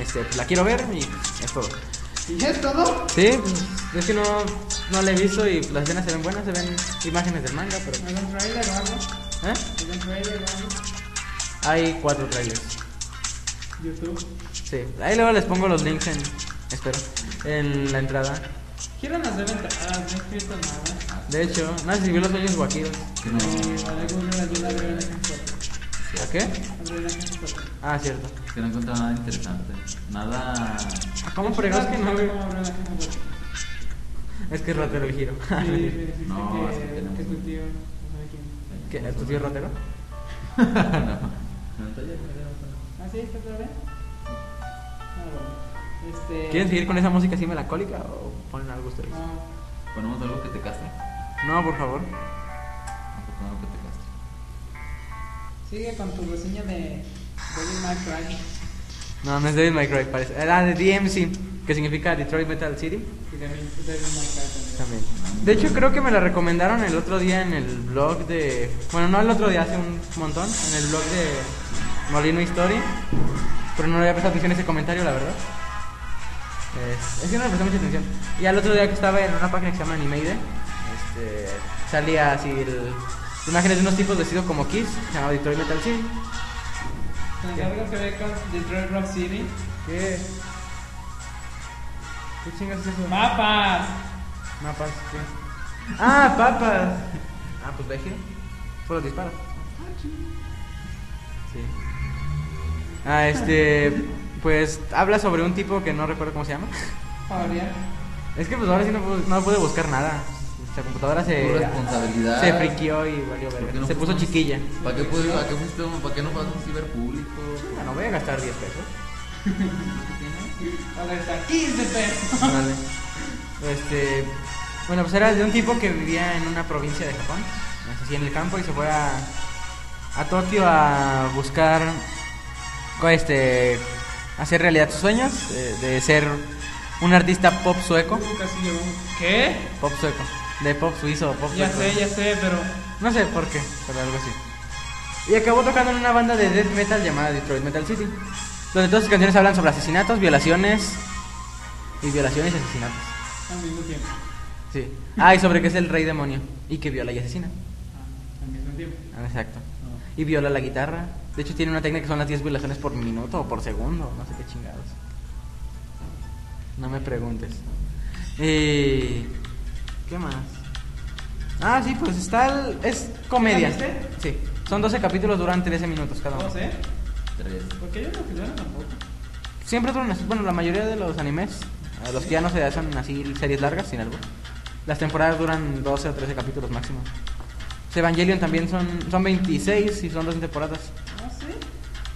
Este, pues, la quiero ver y es todo. ¿Y ya es todo? Sí, pues, es que no, no la he visto y las escenas se ven buenas, se ven imágenes del manga, pero... ¿Algún trailer o algo? ¿Eh? ¿Algún trailer o algo? Hay cuatro trailers. YouTube. Sí, ahí luego les pongo los links en... Espero. En la entrada. Giran las de venta. Ah, no he escrito nada. De hecho, nadie escribió los sueños guajiros. No. Eh, algún me ayuda a abrir el ejemplo. ¿A qué? Abrir el ejemplo. Ah, cierto. Que no he encontrado nada interesante. Nada. ¿Cómo fregas que no, veo. güey? Es que es ratero el giro. No, No, es que tenemos que tu un- tío, no sabe quién. ¿Qué? ¿Tu tío es ratero? no. ¿Ah, sí? ¿Está todavía? Ah, bueno. Este... ¿Quieren seguir con esa música así melancólica o ponen algo ustedes? No. Ponemos algo que te castre. No, por favor. Vamos a poner algo que te castre. Sigue con tu reseña de Devil May Cry. No, no es David My Cry, parece. Era de DMC, que significa Detroit Metal City. Y Devil, Devil May Cry también. También. De hecho, creo que me la recomendaron el otro día en el blog de. Bueno, no el otro día, hace un montón. En el blog de Molino History. Pero no le había prestado atención a ese comentario, la verdad. Es, es que no le presté mucha atención. Y al otro día que estaba en una página que se llama Animeide, este, salía así el- imágenes de unos tipos vestidos como Kiss, llamado Detroit Metal City. Nos algo que ver con Detroit Rock City. ¿Qué? ¿Qué chingas es eso? ¡Mapas! Mapas, ¿qué? Ah, papas. Ah, pues ve giro. Por los disparos. Sí. Ah, este. Pues habla sobre un tipo que no recuerdo cómo se llama. Fabrián. Es que pues ahora sí no, pu- no pude buscar nada. La computadora se. Tu responsabilidad. Se friqueó y valió ¿Por verga. qué no se puso fuimos? chiquilla. ¿Para qué, pude, para, qué fuiste, ¿Para qué no vas a un ciberpúblico? Bueno, voy a gastar 10 pesos. Va a gastar 15 pesos. Vale. Este, bueno, pues era de un tipo que vivía en una provincia de Japón, así en el campo, y se fue a, a Tokio a buscar, co- este, hacer realidad sus sueños eh, de, ser un artista pop sueco, Casi llegó. ¿Qué? pop sueco, de pop suizo, pop Ya sueco. sé, ya sé, pero. No sé por qué, pero algo así. Y acabó tocando en una banda de death metal llamada Detroit Metal City, donde todas sus canciones hablan sobre asesinatos, violaciones y violaciones y asesinatos. Al mismo tiempo. Sí. Ah, y sobre que es el rey demonio. Y que viola y asesina. Ah, Al mismo tiempo. Ah, Exacto. Y viola la guitarra. De hecho, tiene una técnica que son las 10 violaciones por minuto o por segundo. No sé qué chingados. No me preguntes. Eh, ¿Qué más? Ah, sí, pues está el... Es comedia. ¿Ya la Sí. Son 12 capítulos, duran 13 minutos cada uno. No sé. Tres. Porque yo no quisiera tampoco. Siempre duran así. Bueno, la mayoría de los animes, a los que ya no se hacen así series largas, sin algo. Las temporadas duran 12 o 13 capítulos máximo. Pues Evangelion también son, son 26 y son dos temporadas. No sé.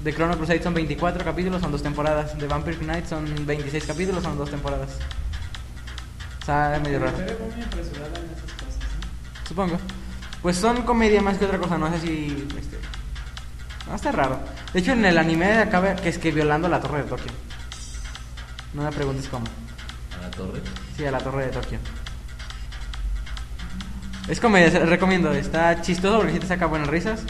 De Chrono Crusade son 24 capítulos, son dos temporadas. De Vampire Knight son 26 capítulos, son dos temporadas. O sea, es medio raro. Pero fue muy apresurada en esas cosas. ¿eh? Supongo. Pues son comedia más que otra cosa, no sé si... Este, no, está raro. De hecho, en el anime acaba que es que violando la torre de Tokio. No me preguntes cómo. A la torre. Sí, a la Torre de Tokio. Es comedia, se la recomiendo. Está chistoso porque sí te saca buenas risas.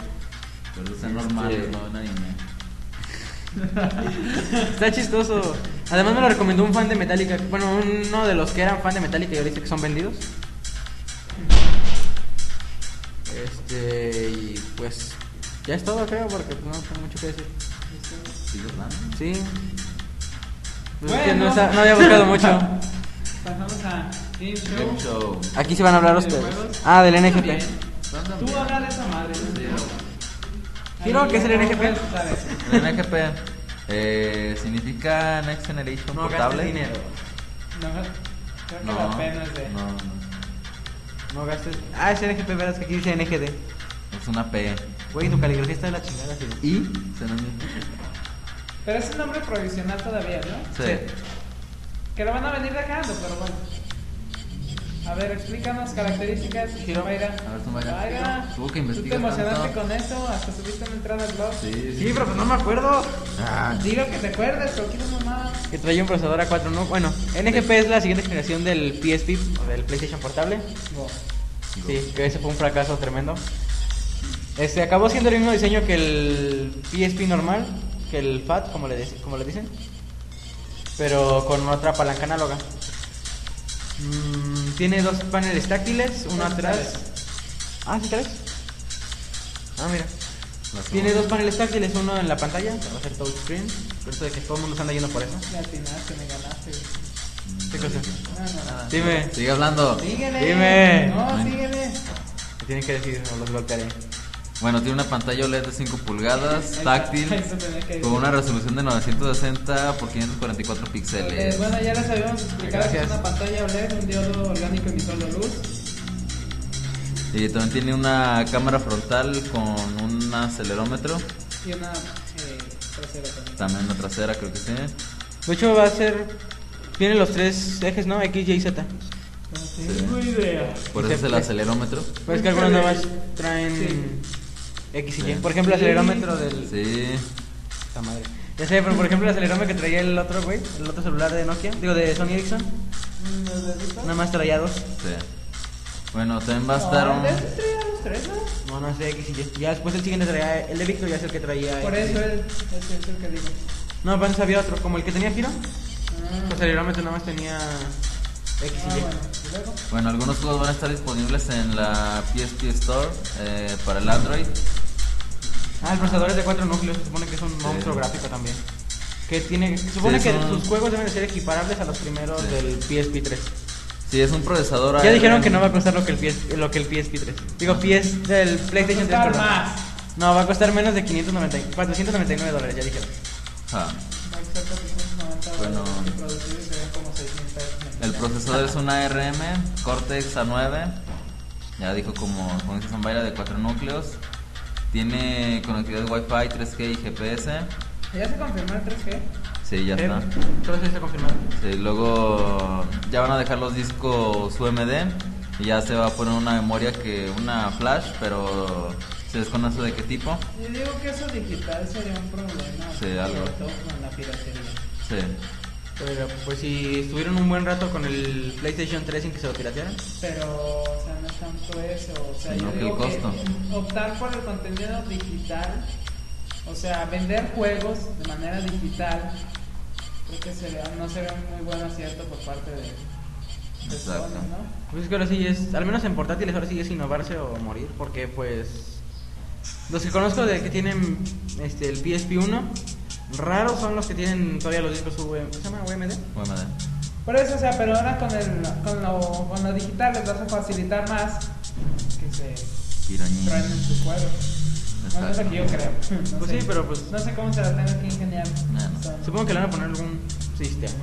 Pero están normales, Sí. no en anime. Está chistoso. Además me lo recomendó un fan de Metallica. Bueno, uno de los que eran fan de Metallica y ahorita que son vendidos. Este, y pues ya es todo creo porque no tengo mucho que decir. ¿Sí, verdad? Sí. Pues es que Bueno. no, está- no había buscado mucho. Pasamos a Game Show. Game show. Aquí se van a hablar ustedes. Ah, del NGP. Random Tú game. habla de esa madre. Giro, ¿qué es el NGP? El NGP eh, significa Next Generation No Portable. gastes dinero. No, creo que No, la pena es de. no, no. No gastes. Ah, es NGP, verás que aquí dice NGD. Es una P. Güey, tu caligrafía está de la chingada, tío. ¿Y? Se nos- Pero es un nombre provisional todavía, ¿no? Sí. Que lo van a venir dejando, pero bueno. A ver, explícanos características. Giro. Mayra. A ver, tú, Mayra. Mayra, Tú que Tú te investigas emocionaste tanto. con eso, hasta subiste una entrada al blog. Sí, Sí, pero pues no me acuerdo. Ah, Digo que te acuerdes, pero quiero mamá. Que traía un procesador A4, ¿no? Bueno, NGP es la siguiente generación del PSP, o del PlayStation Portable. Sí, que ese fue un fracaso tremendo. Este, acabó siendo el mismo diseño que el PSP normal, que el FAT, como le, dec- como le dicen. Pero con otra palanca análoga. Mm, tiene dos paneles táctiles, uno Tres atrás. Ah, sí, tres. Ah, mira. Tiene dos paneles táctiles, uno en la pantalla, para hacer touchscreen. Por eso de que todo el mundo se anda yendo por eso. Le atinaste, me ganaste. Te ¿Qué cosa? Ah, Dime. Mm. Sigue hablando. Síguele. Dime. No, síguele. Me Tienen que decir o los golpearé. Bueno, tiene una pantalla OLED de 5 pulgadas, táctil, Eso tenía que decir. con una resolución de 960 por 544 Eh, píxeles. bueno, ya les habíamos explicado que es Gracias. una pantalla OLED, un diodo orgánico emisor de luz. Y también tiene una cámara frontal con un acelerómetro, Y una eh, trasera también. también la trasera creo que sí. De hecho, va a ser. Vienen los tres ejes, ¿no? X, Y, Z. sí. idea. Por eso es el acelerómetro. Pues que algunos nada más traen X y Y. Por ejemplo, el acelerómetro del. Sí. Puta madre. Ya sé, pero por ejemplo, el acelerómetro que traía el otro, güey. El otro celular de Nokia. Digo, de Sony Ericsson. Nada más traía dos. Sí. Bueno, también va a estar un... los tres, ¿no? No, no sé, X y Y. Ya después el siguiente traía. El de Víctor ya es el que traía. Por X y eso Y. es, es, es el que digo. Ah, No, pero antes había otro. Como el que tenía giro. El acelerómetro nada más tenía X Ah, y Y. bueno, y luego. Bueno, algunos juegos van a estar disponibles en la PSP Store eh, para el Android. Ah, el procesador es de cuatro núcleos, se supone que es un monstruo gráfico también. Que tiene, se supone Sí, que es un- sus juegos deben de ser equiparables a los primeros Sí. del PSP 3. Sí, es un procesador... Ya ARM. dijeron que no va a costar lo que el, PS, lo que el PSP 3. Digo, PS del PlayStation 3. Va a costar perdón. más. No, va a costar menos de 590, 499 dólares, ya dijeron. Ah, Va a ser 490 Bueno. y producido y serían como 600 mexicanos. El procesador es un ARM Cortex A9. Ya dijo como con esa zambaya de cuatro núcleos. Tiene conectividad Wi-Fi, 3G y GPS. ¿Ya se confirmó el 3G? Sí, ya está. Todo eso está confirmado. Sí, luego ya van a dejar los discos UMD y ya se va a poner una memoria que una flash, pero se desconoce de qué tipo. Yo digo que eso digital sería un problema. Sí, algo. Sobre todo con la piratería. Sí, Pero pues si estuvieron un buen rato con el PlayStation 3 sin que se lo piratearan. Pero, o sea, no es tanto eso. O sea, Sino yo que digo el que costo. optar por el contenido digital, o sea, vender juegos de manera digital, creo que sería, no sería un muy buen acierto por parte de, de Exacto. Sony, ¿no? Pues es que ahora sí es, al menos en portátiles ahora sí es innovarse o morir, porque pues los que conozco de que tienen este el PSP1, raros son los que tienen todavía los discos UM, ¿se llama UMD? UMD. Por eso, o sea, pero ahora con, el, con, lo, con lo digital les vas a facilitar más que se Pirañín. traen en sus juegos. No es Exacto. lo que yo creo. No Pues sé. sí, pero pues- No sé cómo se la tengo que ingeniar. No, no. Sony. Supongo que le van a poner algún sistema.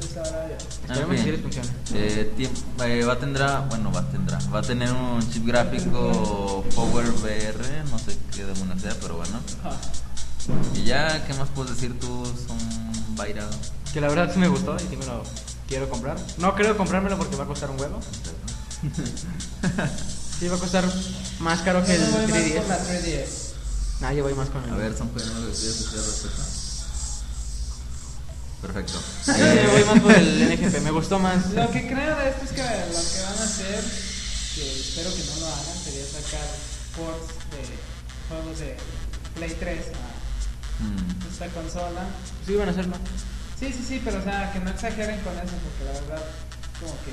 Pues ahora ya. En Esperemos que sí les fin, funcione. Ah, eh, tiemp- eh, va tendrá, bueno, va tendrá, va a tener un chip gráfico Power VR, no sé qué demonios sea, pero bueno. Ah. Y ya, ¿qué más puedes decir tú, son Baira? Que la verdad sí me gustó y sí me lo quiero comprar. No creo comprármelo porque va a costar un huevo. Sí, va a costar más caro que el Yo me voy más por la 3DS. 3DS. Nah, yo voy más con el. A ver, son pues, lo que quieres decir al respecto. Perfecto. Sí, yo voy más por el NGP, me gustó más. Lo que creo de esto es que lo que van a hacer, que espero que no lo hagan, sería sacar ports de juegos de Play 3 a Mm, esta consola. Sí, van a hacerlo. Sí, sí, sí, pero o sea, que no exageren con eso, porque la verdad, como que.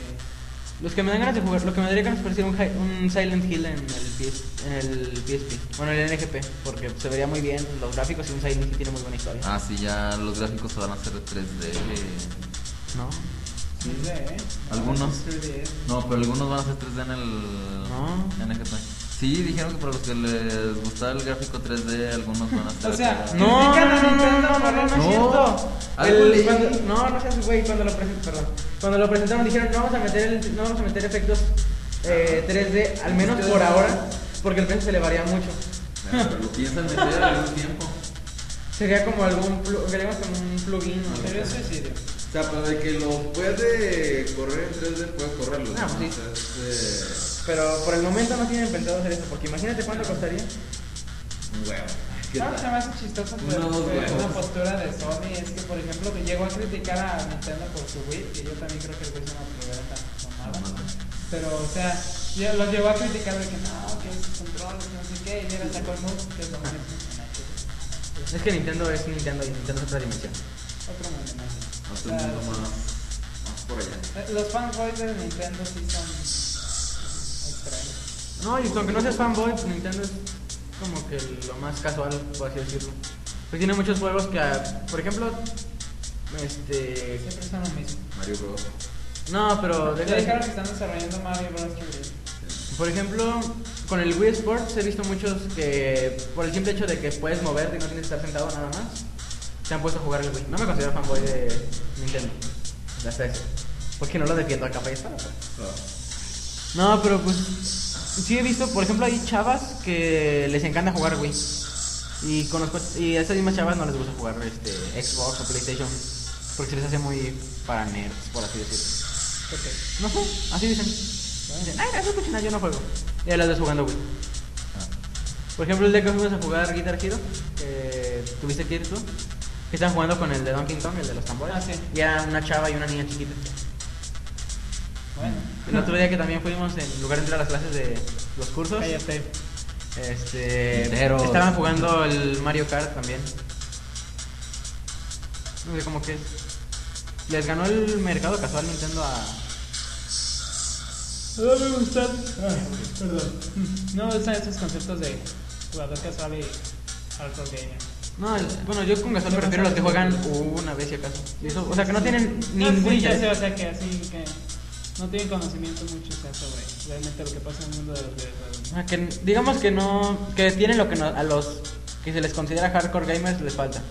Los que me dan ganas de jugar, lo que me daría ganas de parecer un, hi- un Silent Hill en el, PS, en el PSP. Bueno, en el NGP, porque se vería muy bien los gráficos y un Silent Hill tiene muy buena historia. Ah, sí, ya los gráficos se van a hacer 3D. eh, No. No sé, ¿eh? Algunos. 3DS. No, pero algunos van a hacer 3D en el No. NGP. Sí, dijeron que para los que les gustaba el gráfico 3D, algunos van a hacer. O sea, acá. No, no, no, no, no, no, no, no, es No. cierto. Algo El- leí. cuando- no, no seas güey, cuando lo presentaron, perdón. Cuando lo presentaron dijeron, no vamos a meter, el- no vamos a meter efectos eh, 3D, al menos por ahora, porque el precio se le varía mucho. Lo piensan meter algún tiempo. Sería como algún, plu- veremos como un plugin o algo. Sería suicidio. O sea, pero de que lo puede correr en 3D, puede correrlo. pues Ah, sí. O sea, es, eh, Pero por el momento no tienen pensado hacer eso, porque imagínate cuánto costaría. eh, un huevo. ¿Qué No, se tal? me hace chistoso Uno, pero dos fue huevos. una postura de Sony es que, por ejemplo, que llegó a criticar a Nintendo por su Wii, que yo también creo que el Wii es una primera tan mamada. Pero, o sea, ya lo llevó a criticar de que no, que es control, que no sé qué, y mira, sacó el Move, que es lo mismo. Es que Nintendo es Nintendo y Nintendo es otra dimensión. Otro mundo más. O Otro sea, mundo más, más por allá. eh, Los fanboys de Nintendo sí son extraños. No, y aunque no seas fanboy, pues Nintendo es como que lo más casual, por así decirlo. Pues tiene muchos juegos que, ah, por ejemplo, Este. Siempre son lo mismo. Mario Bros. No, pero Ya deja- dijeron que están desarrollando Mario Bros. Wii. Por ejemplo, con el Wii Sports he visto muchos que por el simple hecho de que puedes moverte y no tienes que estar sentado nada más, se han puesto a jugar el Wii. No me considero fanboy de Nintendo. Ya sé eso. Porque no lo defiendo a capa y espada. pues. No, pero pues sí he visto, por ejemplo, hay chavas que les encanta jugar Wii. Y conozco y a esas mismas chavas no les gusta jugar este Xbox o PlayStation porque se les hace muy para nerds, por así decirlo. No sé, así dicen. Dicen, ay, eso es cochina, yo no juego. Y ahí las ves jugando Wii. Por ejemplo, el día que fuimos a jugar Guitar Hero, que tuviste que ir tú, que estaban jugando con el de Donkey Kong, el de los tambores. Ah, sí. Y era una chava y una niña chiquita. Bueno, Mm. El otro día que también fuimos, en lugar de entrar a las clases de los cursos, cállate. este, Enteros. estaban jugando el Mario Kart también. No sé cómo que es. Les ganó el mercado casual Nintendo a. No me gustan. ah, perdón. No me gustan estos conceptos de jugador casual y hardcore gamer. No, el- bueno, yo con casual prefiero los que juegan una vez si acaso. Y eso- o sea, que no tienen No, ningún Ah, sí, ya sé, interés. o sea que así que no tienen conocimiento mucho o sea, sobre realmente lo que pasa en el mundo de los videojuegos. O sea, que digamos que no. que tienen lo que no- a los que se les considera hardcore gamers les falta.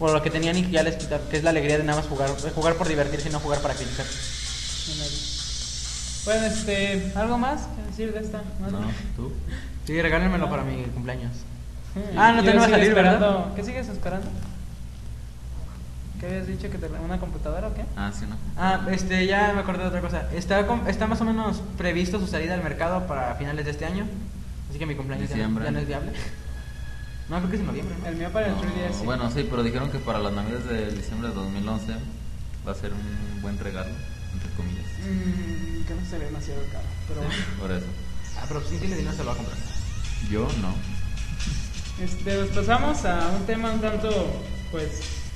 O lo que tenían y que ya les quitaron, que es la alegría de nada más jugar, jugar por divertirse y no jugar para criticar. En el- Bueno, este, ¿algo más que decir de esta? No, tú. Sí, regálenmelo para mi cumpleaños. Hmm. Ah, no, Yo te no va a sigo salir, ¿verdad? esperando- ¿Qué sigues esperando? ¿Qué habías dicho que te una computadora o qué? Ah, sí, no. Ah, este, ya me acordé de otra cosa. Está, com- está más o menos previsto su salida al mercado para finales de este año. Así que mi cumpleaños ya, no- Diciembre. ya no es viable. No, creo que es en noviembre. ¿no? El mío para el 3DS. No, bueno, sí, pero dijeron que para las navidades de diciembre de 2011 va a ser un buen regalo, entre comillas. Mm, que no se ve demasiado caro, pero bueno. Por eso. Ah, pero si tiene dinero se lo va a comprar. Yo no. Este, pues pasamos a un tema un tanto, pues,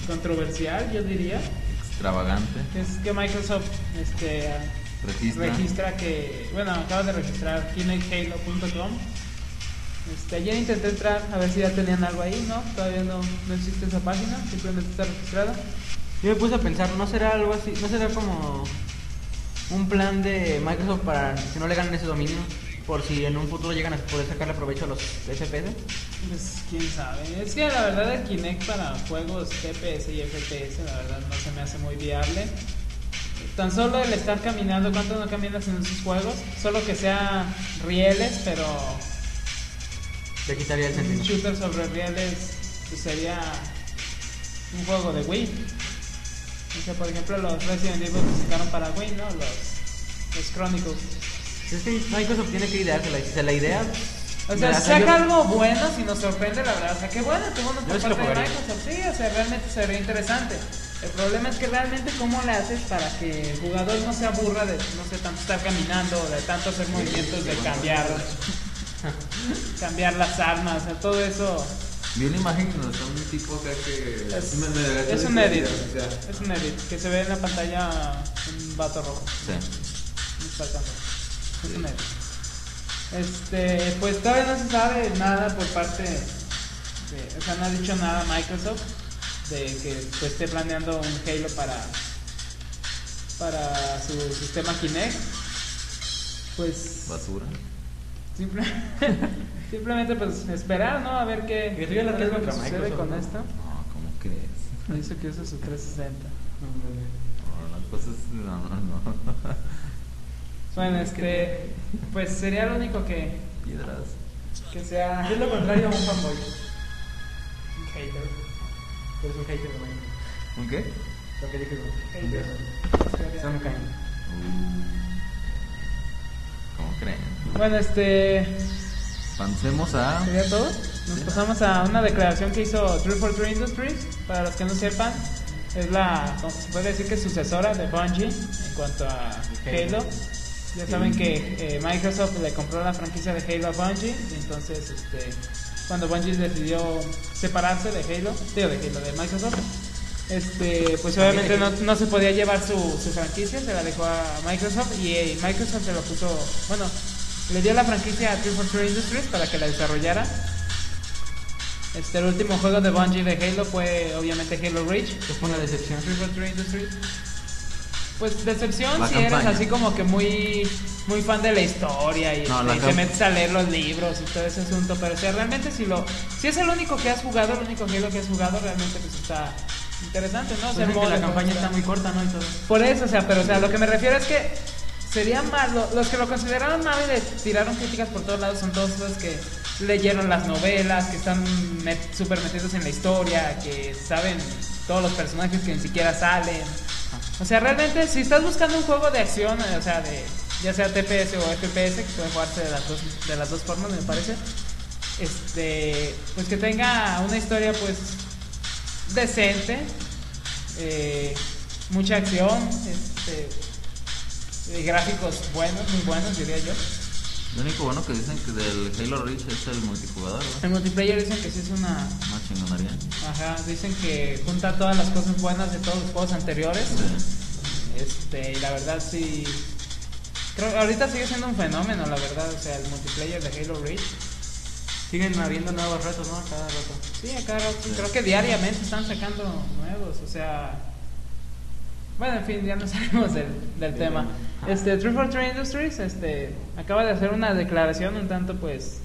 controversial, yo diría. Extravagante. que es que Microsoft este, Registra. registra que, bueno, acaba de registrar killinghalo.com. Este, ayer intenté entrar a ver si ya tenían algo ahí, ¿no? Todavía no, no existe esa página, simplemente está registrada. Yo me puse a pensar, ¿no será algo así? ¿No será como un plan de Microsoft para que no le ganen ese dominio? Por si en un futuro llegan a poder sacarle provecho a los FPS. Pues quién sabe. Es que la verdad el Kinect para juegos TPS y FPS, la verdad no se me hace muy viable. Tan solo el estar caminando, ¿cuánto no caminas en esos juegos? Solo que sea rieles, pero Le quitaría el un sentido. shooter sobre rieles pues, sería un juego de Wii. O sea, por ejemplo, los Resident Evil que sacaron para Wii, ¿no? Los, los Chronicles. Es que Microsoft tiene que ideársela. Y si se la idea. O me sea, la saca salió- algo bueno si nos sorprende, la verdad. O sea, qué bueno, qué bueno Yo por sí lo parte de jugaría. Microsoft. Sí, o sea, realmente sería interesante. El problema es que realmente cómo le haces para que el jugador no se aburra de, no sé, tanto estar caminando, de tanto hacer movimientos, de cambiar, cambiar las armas, o sea, todo eso. Vi una imagen que nos da un tipo O acá. sea que. Es, me- me agachó es de un edit. o sea, Es un edit que se ve en la pantalla un vato rojo. Sí. Despertando. Es un edit. Este, pues todavía no se sabe nada por parte de. O sea, no ha dicho nada Microsoft de que pues, esté planeando un Halo para. para su sistema Kinect. Pues. Basura. Simple- simplemente pues esperar, ¿no? A ver qué, Que ríe la qué es lo que contra sucede Microsoft, con ¿no? esto. No, ¿cómo crees? Dice que usa su 360. No, las cosas. No, no, no. Bueno, este, pues sería lo único que, Piedras. que sea Es lo contrario a un fanboy. un hater. Pero es pues, un hater de Microsoft. ¿Un qué? Lo que dije Hater. Son un cañón. Uh, ¿Cómo creen? Bueno, este, Pancemos a. sería todo. Nos pasamos a una declaración que hizo 343 Industries. Para los que no sepan, es la, como se puede decir que es sucesora de Bungie en cuanto a Halo. Halo. Ya saben que eh, Microsoft le compró la franquicia de Halo a Bungie, y entonces este, cuando Bungie decidió separarse de Halo, digo de Halo, de Microsoft, este, pues obviamente no, no se podía llevar su, su franquicia, se la dejó a Microsoft y eh, Microsoft se lo puso, bueno, le dio la franquicia a 343 Industries para que la desarrollara. Este, el último juego de Bungie de Halo fue obviamente Halo Reach. ¿Qué fue una decepción? Triple Threat Industries. Pues decepción La si eres campaña. así como que muy muy fan de la historia y, No, este, la y te camp- metes a leer los libros y todo ese asunto, pero o sea, realmente si lo si es el único que has jugado, el único Halo que has jugado, realmente pues está interesante, ¿no? pues, O Pues sea, el Pues Dicen que modo la de juego campaña está muy corta, ¿no? Y todo. por eso, o sea, pero o sea, lo que me refiero es que sería malo. Los que lo consideraron malo y le tiraron críticas por todos lados son todos los que leyeron las novelas, que están met- súper metidos en la historia, que saben todos los personajes que ni siquiera salen. O sea, realmente, si estás buscando un juego de acción, eh, o sea, de ya sea TPS o FPS, que pueden jugarse de las dos, de las dos formas, me parece, este, pues que tenga una historia, pues, decente, eh, mucha acción, este, eh, gráficos buenos, muy buenos diría yo. Lo único bueno que dicen que del Halo Reach es el multijugador, ¿verdad? Ah, El multiplayer dicen que sí es una, Más chingonaría. ajá, dicen que junta todas las cosas buenas de todos los juegos anteriores, Sí. este, y la verdad sí, creo que ahorita sigue siendo un fenómeno, la verdad, o sea, el multiplayer de Halo Reach. Siguen habiendo nuevos retos, ¿no? Cada rato. Sí, acá creo que diariamente están sacando nuevos, o sea... Bueno, en fin, ya nos salimos del, del tema. Este, 343 Industries este, acaba de hacer una declaración un tanto, pues,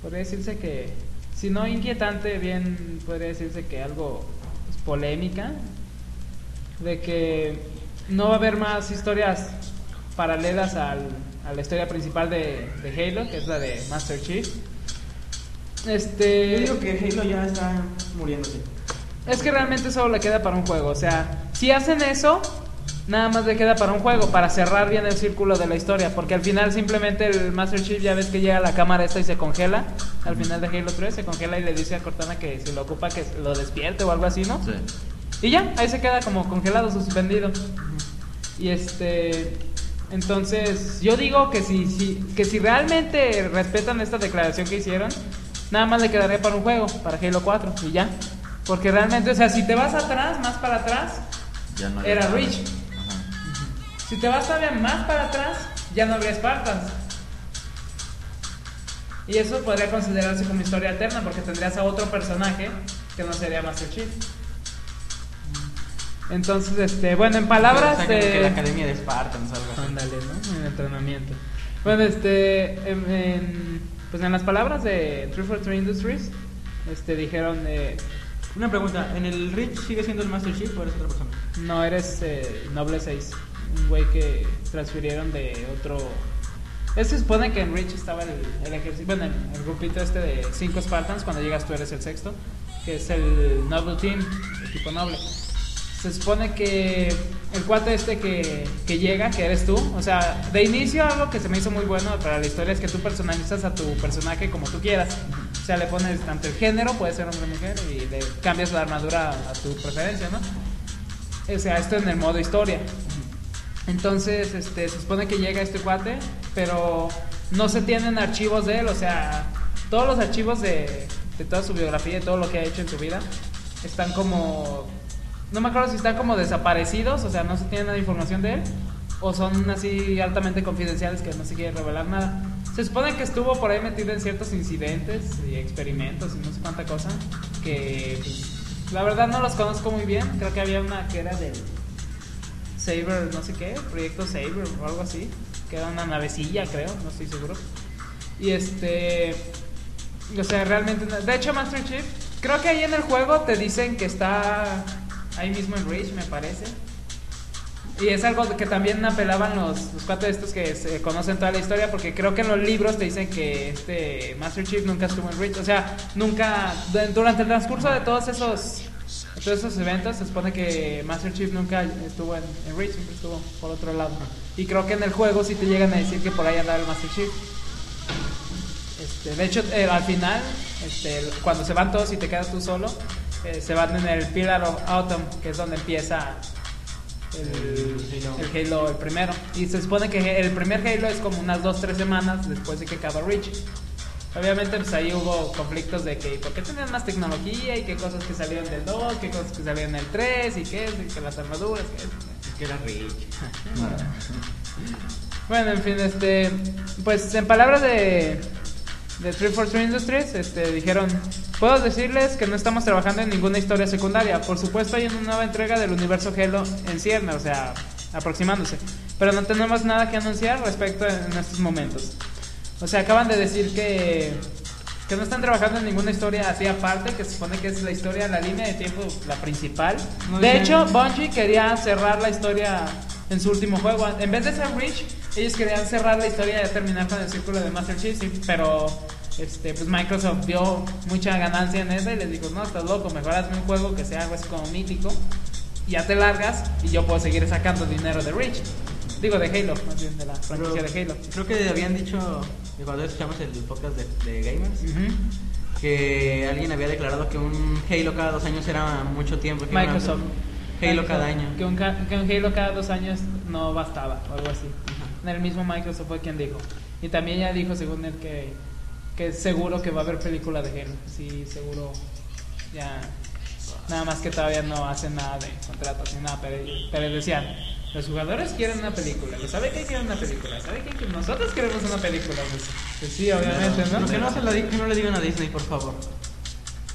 podría decirse que, si no inquietante, bien podría decirse que algo pues, polémica, de que no va a haber más historias paralelas al, a la historia principal de, de Halo, que es la de Master Chief. Este... Yo digo que Halo ya está muriéndose. Es que realmente solo le queda para un juego. O sea, si hacen eso, nada más le queda para un juego, para cerrar bien el círculo de la historia. Porque al final simplemente el Master Chief ya ves que llega a la cámara esta y se congela. Al final de Halo 3 se congela y le dice a Cortana que si lo ocupa que lo despierte o algo así, ¿no? Sí. Y ya, ahí se queda como congelado, suspendido. Y este. Entonces, yo digo que si, si, que si realmente respetan esta declaración que hicieron, nada más le quedaría para un juego, para Halo 4, y ya. Porque realmente, o sea, si te vas atrás, más para atrás, Ya no Era nada. Reach. Ajá. si te vas todavía más para atrás, ya no habría Spartans. Y eso podría considerarse como historia alterna, porque tendrías a otro personaje que no sería Master Chief. Entonces, este, bueno, en palabras Sacan que la de... academia de Spartans, algo así. Ándale, ¿no? En entrenamiento. Bueno, este, en, en- pues en las palabras de 343 Industries, este, dijeron, eh, Una pregunta, ¿en el Rich sigue siendo el Master Chief o eres otra persona? no eres eh, Noble 6, un güey que transfirieron de otro... Él se supone que en Reach estaba el, el ejército, bueno, el, el grupito este de 5 Spartans, cuando llegas tú eres el sexto, que es el Noble Team, equipo noble. Se supone que el cuate este que, que llega, que eres tú, o sea, de inicio algo que se me hizo muy bueno para la historia es que tú personalizas a tu personaje como tú quieras. O sea, le pones tanto el género, puede ser hombre o mujer, y le cambias la armadura a tu preferencia, ¿no? O sea, esto en el modo historia. Entonces, este, se supone que llega este cuate, pero no se tienen archivos de él, o sea, todos los archivos de, de toda su biografía y todo lo que ha hecho en su vida están como, no me acuerdo si están como desaparecidos, o sea, no se tiene nada de información de él, o son así altamente confidenciales que no se quiere revelar nada. Se supone que estuvo por ahí metido en ciertos incidentes y experimentos y no sé cuánta cosa, que pues, la verdad no los conozco muy bien, creo que había una que era del... Saber, no sé qué, Proyecto Saber o algo así, que era una navecilla, creo, no estoy seguro. Y este, o sea, realmente, no- de hecho, Master Chief, creo que ahí en el juego te dicen que está ahí mismo en Reach, me parece. Y es algo que también apelaban los, los cuatro estos que se conocen toda la historia, porque creo que en los libros te dicen que este Master Chief nunca estuvo en Reach. O sea, nunca, de- durante el transcurso de todos esos, de todos esos eventos, se supone que Master Chief nunca estuvo en, en Reach, siempre estuvo por otro lado. Y creo que en el juego sí te llegan a decir que por ahí andaba el Master Chief. Este, de hecho, eh, al final, este, el- cuando se van todos y te quedas tú solo, eh, se van en el Pillar of Autumn, que es donde empieza el, El Halo. el Halo, el primero. Y se supone que el primer Halo es como unas 2-3 semanas después de que acaba Reach. Obviamente, pues ahí hubo conflictos de que por qué tenían más tecnología y qué cosas que salieron del 2, qué cosas que salieron del 3 y qué, y que las armaduras, que Es que era Rich. bueno, en fin, este, pues en palabras de, de 343 Industries, este, dijeron, Puedo decirles que no estamos trabajando en ninguna historia secundaria. Por supuesto hay una nueva entrega del universo Halo en cierne, o sea, aproximándose. Pero no tenemos nada que anunciar respecto en estos momentos. O sea, acaban de decir que, que no están trabajando en ninguna historia así aparte, que se supone que es la historia, la línea de tiempo, la principal. Muy de bien. hecho, Bungie quería cerrar la historia en su último juego. En vez de ser Reach, ellos querían cerrar la historia y terminar con el círculo de Master Chief, sí, pero este, pues Microsoft vio mucha ganancia en eso y les dijo, no, estás loco, mejor hazme un juego que sea algo así como mítico, y ya te largas y yo puedo seguir sacando dinero de Reach. Digo, de Halo, más bien, de la franquicia de Halo. Creo que habían dicho, de cuando escuchamos el podcast de, de Gamers, Ujú. que alguien había declarado que un Halo cada dos años era mucho tiempo. que era una- Microsoft. Halo cada año. Que un, ca- que un Halo cada dos años no bastaba, o algo así. El mismo Microsoft fue quien dijo. Y también ya dijo, según él, que, que seguro que va a haber película de Halo. Sí, seguro. Ya. Nada más que todavía no hacen nada de contratos ni nada, pero, pero decían. Los jugadores quieren una película, lo sabe que quieren una película, sabe que quieren- nosotros queremos una película. Pues, pues sí, obviamente, ¿no? Lo que no, se lo di- que no le digan a Disney, por favor.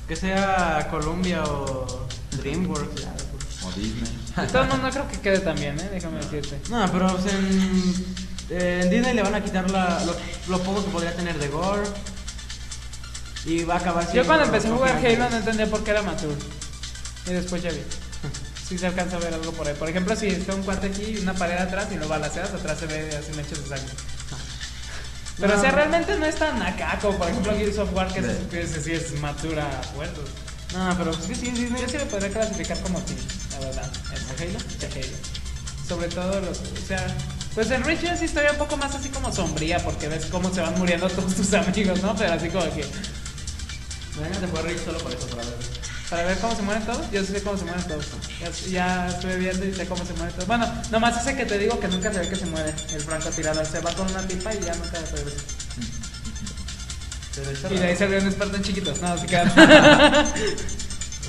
Que sea Columbia o DreamWorks. ya, pues. Como Disney. De todos modos, no creo que quede tan bien, ¿eh? déjame decirte. No, pero pues, en, en Disney le van a quitar la, lo, lo poco que podría tener de gore. Y va a acabar Yo siendo- cuando empecé a jugar Halo no entendía por qué era Matur. Y después ya vi. Sí se alcanza a ver algo por ahí. Por ejemplo, si está un cuate aquí y una pared atrás y lo balaceas, atrás se ve así mechas de sangre. Pero No. o sea, realmente no es tan nacaco. Por ejemplo, Gears of War que se Sí. supone si es Matura a puertos. No, pero pues, que sí, Disney. Yo sí lo podría clasificar como team, la verdad. El Halo, el Halo. Sobre todo los. O sea. Pues en Reach es historia un poco más así como sombría, porque ves cómo se van muriendo todos tus amigos, ¿no? Pero así como que. Me dan ganas de jugar Rage solo por eso, para ver. Para ver cómo se mueren todos, yo sí sé cómo se mueren todos. Ya, ya estuve viendo y sé cómo se mueren todos. Bueno, nomás ese que te digo que nunca se ve que se muere el francotirador. Se va con una pipa y ya nunca regresa. Pero está Y de ahí raro. salió un Spartan chiquitos. No, se queda.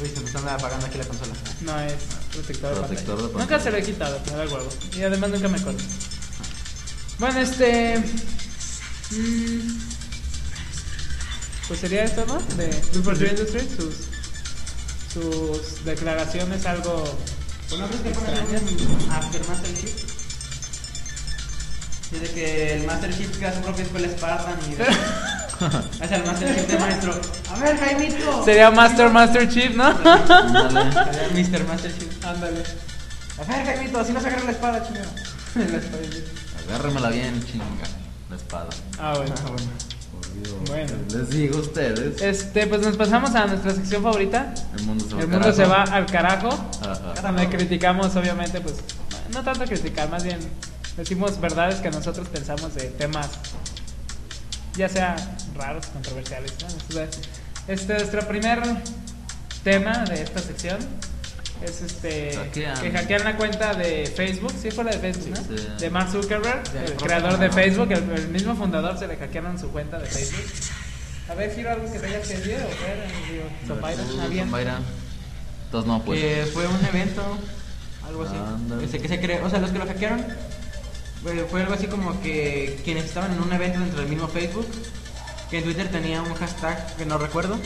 Uy, se me están apagando aquí la consola. no es protector, Protector de de pantalla. pantalla. Nunca se lo he quitado, me da el huevo. Y además nunca me corto. Bueno, este. mm, pues sería esto, ¿no? De Super Tree Industries, sus, sus declaraciones algo. ¿Conoces que ponen ponen After Ah, Master Chief? Dice que el Master Chief que a su propia escuela Spartan y es el Master Chief de maestro. A ver, Jaimito. Sería Master Master Chief, ¿no? Ándale. Sería Mr. Master Chief. Ándale. A ver, Jaimito, así no se agarra la espada, chingada. la espada. Agárramela bien, chinga. La espada. Ah, bueno. Por Dios. Bueno. Les digo a ustedes. Este, pues nos pasamos a nuestra sección favorita. El mundo se va. El al mundo se va carajo. al carajo. Ajá. Donde criticamos, obviamente, pues, no tanto criticar, más bien decimos verdades que nosotros pensamos de temas, ya sea raros, controversiales. ¿no? Entonces, Este, nuestro primer tema de esta sección es este Hackean. que hackean la cuenta de Facebook, sí fue la de Facebook, ¿no? Sí. De Mark Zuckerberg, Del el propio creador de fundador. Facebook, el, el mismo fundador se le hackearon su cuenta de Facebook. A ver, Giro, algo que te haya entendido, o fuera, digo, Zopaira, Versus ah, bien. Eh, Zombaira. Entonces no, pues. Que fue un evento, algo así. Ándale. Ese que se creó, o sea, los que lo hackearon, fue, fue algo así como que quienes estaban en un evento dentro del mismo Facebook, que en Twitter tenía un hashtag que no recuerdo,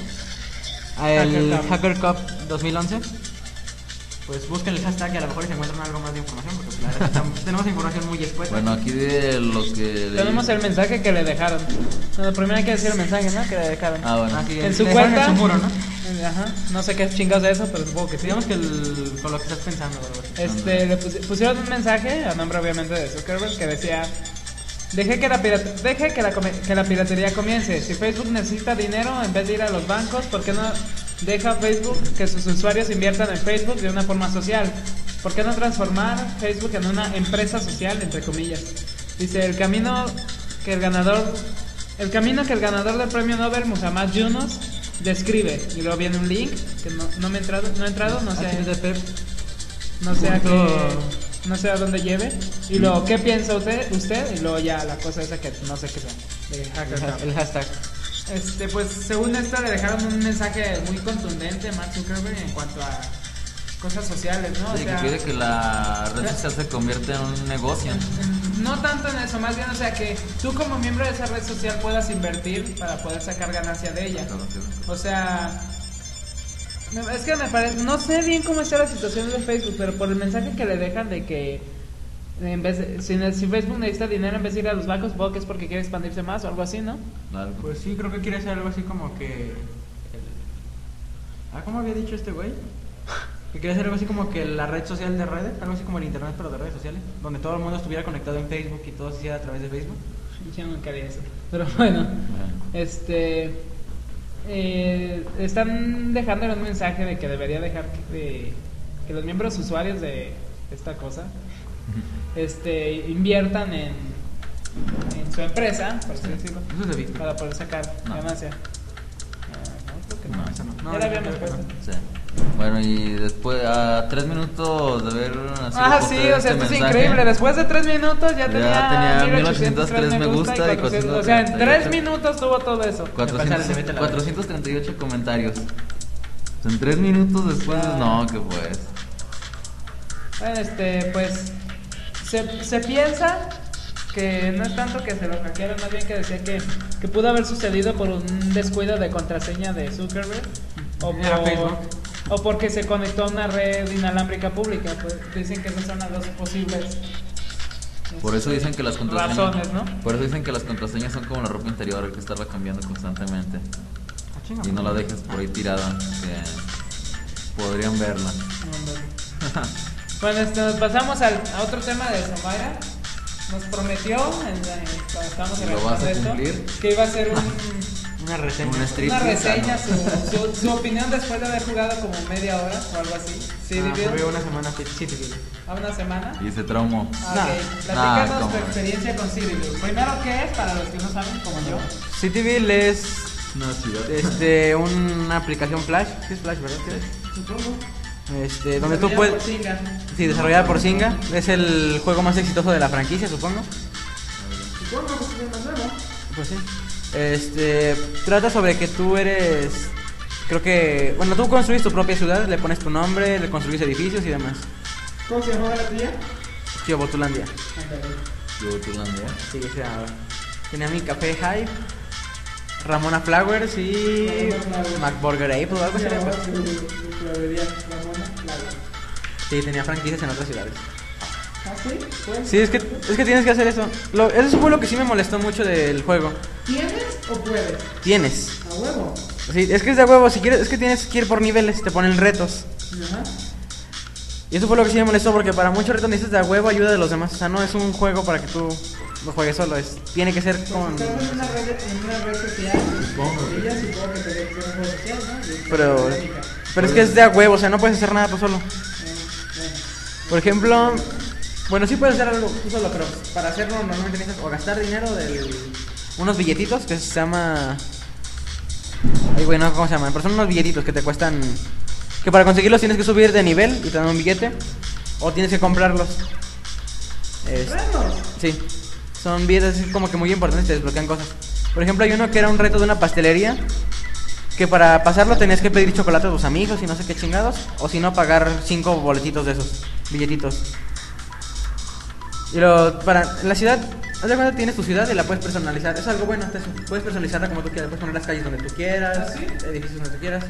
el Hacker Hacker Cup 2011. Pues busquen el hashtag y a lo mejor se encuentran algo más de información, porque pues, la verdad es que estamos- tenemos información muy escueta. Bueno, aquí de lo que. Tenemos el mensaje que le dejaron. Bueno, primero hay que decir el mensaje, ¿no? Que le dejaron. Ah, bueno. Ah, sí, en su dejaron cuenta. En su muro, ¿no? Eh, Ajá. No sé qué chingados de eso, pero supongo que sí. Digamos que el- con lo que estás pensando, algo así. Este, le pusi- pusieron un mensaje, a nombre obviamente de Zuckerberg, que decía: Deje que la, pirata- deje que la, come- que la piratería comience. Si Facebook necesita dinero, en vez de ir a los bancos, ¿por qué no deja Facebook que sus usuarios inviertan en Facebook de una forma social? ¿Por qué no transformar Facebook en una empresa social, entre comillas? Dice: El camino que el ganador. El camino que el ganador del premio Nobel, Muhammad Yunus, describe. Y luego viene un link que no, no me he entrado, no he entrado, no sé. HTTP. No sé a Punto. qué, no sé a dónde lleve. Y Mm. luego, ¿qué piensa usted? Usted, y luego ya la cosa esa que no sé qué sea. De Hacker Camp. El hashtag. Este, pues según esto le dejaron un mensaje muy contundente a Mark Zuckerberg en cuanto a cosas sociales, ¿no? O Sí, que sea, quiere que la red social se convierta en un negocio. en no tanto en eso, más bien, o sea, que tú como miembro de esa red social puedas invertir para poder sacar ganancia de ella. Claro, claro. O sea, me- es que me parece, no sé bien cómo está la situación de Facebook, pero por el mensaje que le dejan de que en vez de- si, ne- si Facebook necesita dinero en vez de ir a los bancos, supongo que es porque quiere expandirse más o algo así, ¿no? Algo. Pues sí, creo que quiere hacer algo así como que. el- Ah, ¿cómo había dicho este güey? Que quería hacer algo así como que la red social de redes, algo así como el internet, pero de redes sociales, donde todo el mundo estuviera conectado en Facebook y todo se hiciera a través de Facebook. Yo nunca haría eso. Pero bueno, este. eh, están dejándole un mensaje de que debería dejar que, de- que los miembros usuarios de esta cosa este, inviertan en, en su empresa, por así decirlo, Eso es de Ah, Bitcoin. para poder sacar No. ganancia. Ah, no, creo que No, no. esa no. Ya No, yo la habíamos creo que no. puesto. Sí. Bueno, y después, a tres minutos de ver. Ah, sí, este o sea, esto es increíble. Después de tres minutos Ya ya tenía, tenía 1803 me gusta y 400. O sea, en tres 438. minutos tuvo todo eso. Pásale, vete 400, a la 438 comentarios. En tres minutos después, Ah. no, que pues. Bueno, este, pues se, se piensa que no es tanto que se lo hackearon, más bien que decía que, que pudo haber sucedido por un descuido de contraseña de Zuckerberg o, Era por, Facebook. o porque se conectó a una red inalámbrica pública. Pues dicen que esas son las dos posibles. este, Por eso dicen que las contraseñas. Razones, ¿no? Por eso dicen que las contraseñas son como la ropa interior, hay que estarla cambiando constantemente. Ah, chinga, Y no la madre. dejes por ahí tirada, que podrían verla. Ándale. Bueno, este, nos pasamos al, a otro tema de Samara. Nos prometió, en la- cuando estábamos ¿Lo grabando vas a esto, cumplir? que iba a ser un... Una reseña. Un strip Una gitano. reseña, su, su, su opinión después de haber jugado como media hora o algo así. Sí, Ah, dividido fue una semana sí, sí, dividido. a una semana. Y se traumó. Ah, Nah. ok. Nah, Platícanos tu ¿cómo? experiencia con Civil. Primero, ¿qué es? Para los que no saben, como yo. Cityville es No, ciudad. este, una aplicación Flash. ¿Qué es Flash, verdad? ¿Qué es? Supongo. Este, donde tú Desarrollado puedes. por Zynga. Sí, desarrollada por Singa. Es el juego más exitoso de la franquicia, supongo. Supongo que es más nuevo. Pues sí. Este, trata sobre que tú eres. Creo que. Bueno, tú construyes tu propia ciudad, le pones tu nombre, le construyes edificios y demás. ¿Cómo se llamaba la tuya? Tío Botulandia. Ándale. Yo, pues, Turlandia. Sí, o sea. Tenía mi café Hype, Ramona Flowers y. Ramona Flowers. McBurger Ape o algo así. Se llamaba pues. su- su clavería, Ramona Clavel. Sí, tenía franquicias en otras ciudades. ¿Ah, sí? Pues, Sí, es que, es que tienes que hacer eso. Lo- eso fue lo que sí me molestó mucho del juego. ¿Tienes o puedes? Tienes. A huevo. Sí, es que es de huevo, si quieres, es que tienes que ir por niveles, te ponen retos. Ajá. Y eso fue lo que sí me molestó, porque para muchos retos necesitas de a huevo ayuda de los demás. O sea, no es un juego para que tú lo juegues solo, es, tiene que ser con... Pues estás en una red, en una red social. Ella supongo que te ve por una red social, ¿no? Pero, Dinámica. pero es que es de a huevo, o sea, no puedes hacer nada tú solo. Por ejemplo, bueno, sí puedes hacer algo tú solo, pero para hacerlo normalmente necesitas o gastar dinero de unos billetitos que se llama... Ay, güey, no, ¿cómo se llaman? Pero son unos billetitos que te cuestan... Que para conseguirlos tienes que subir de nivel y te dan un billete. O tienes que comprarlos. Este, Vamos. Sí, son billetes así como que muy importantes, te desbloquean cosas. Por ejemplo, hay uno que era un reto de una pastelería, que para pasarlo tenías que pedir chocolate a tus amigos y no sé qué chingados, o si no pagar cinco boletitos de esos, billetitos. Y lo, para la ciudad, haz de cuenta tienes tu ciudad y la puedes personalizar, es algo bueno, hasta eso. puedes personalizarla como tú quieras, puedes poner las calles donde tú quieras, edificios donde tú quieras.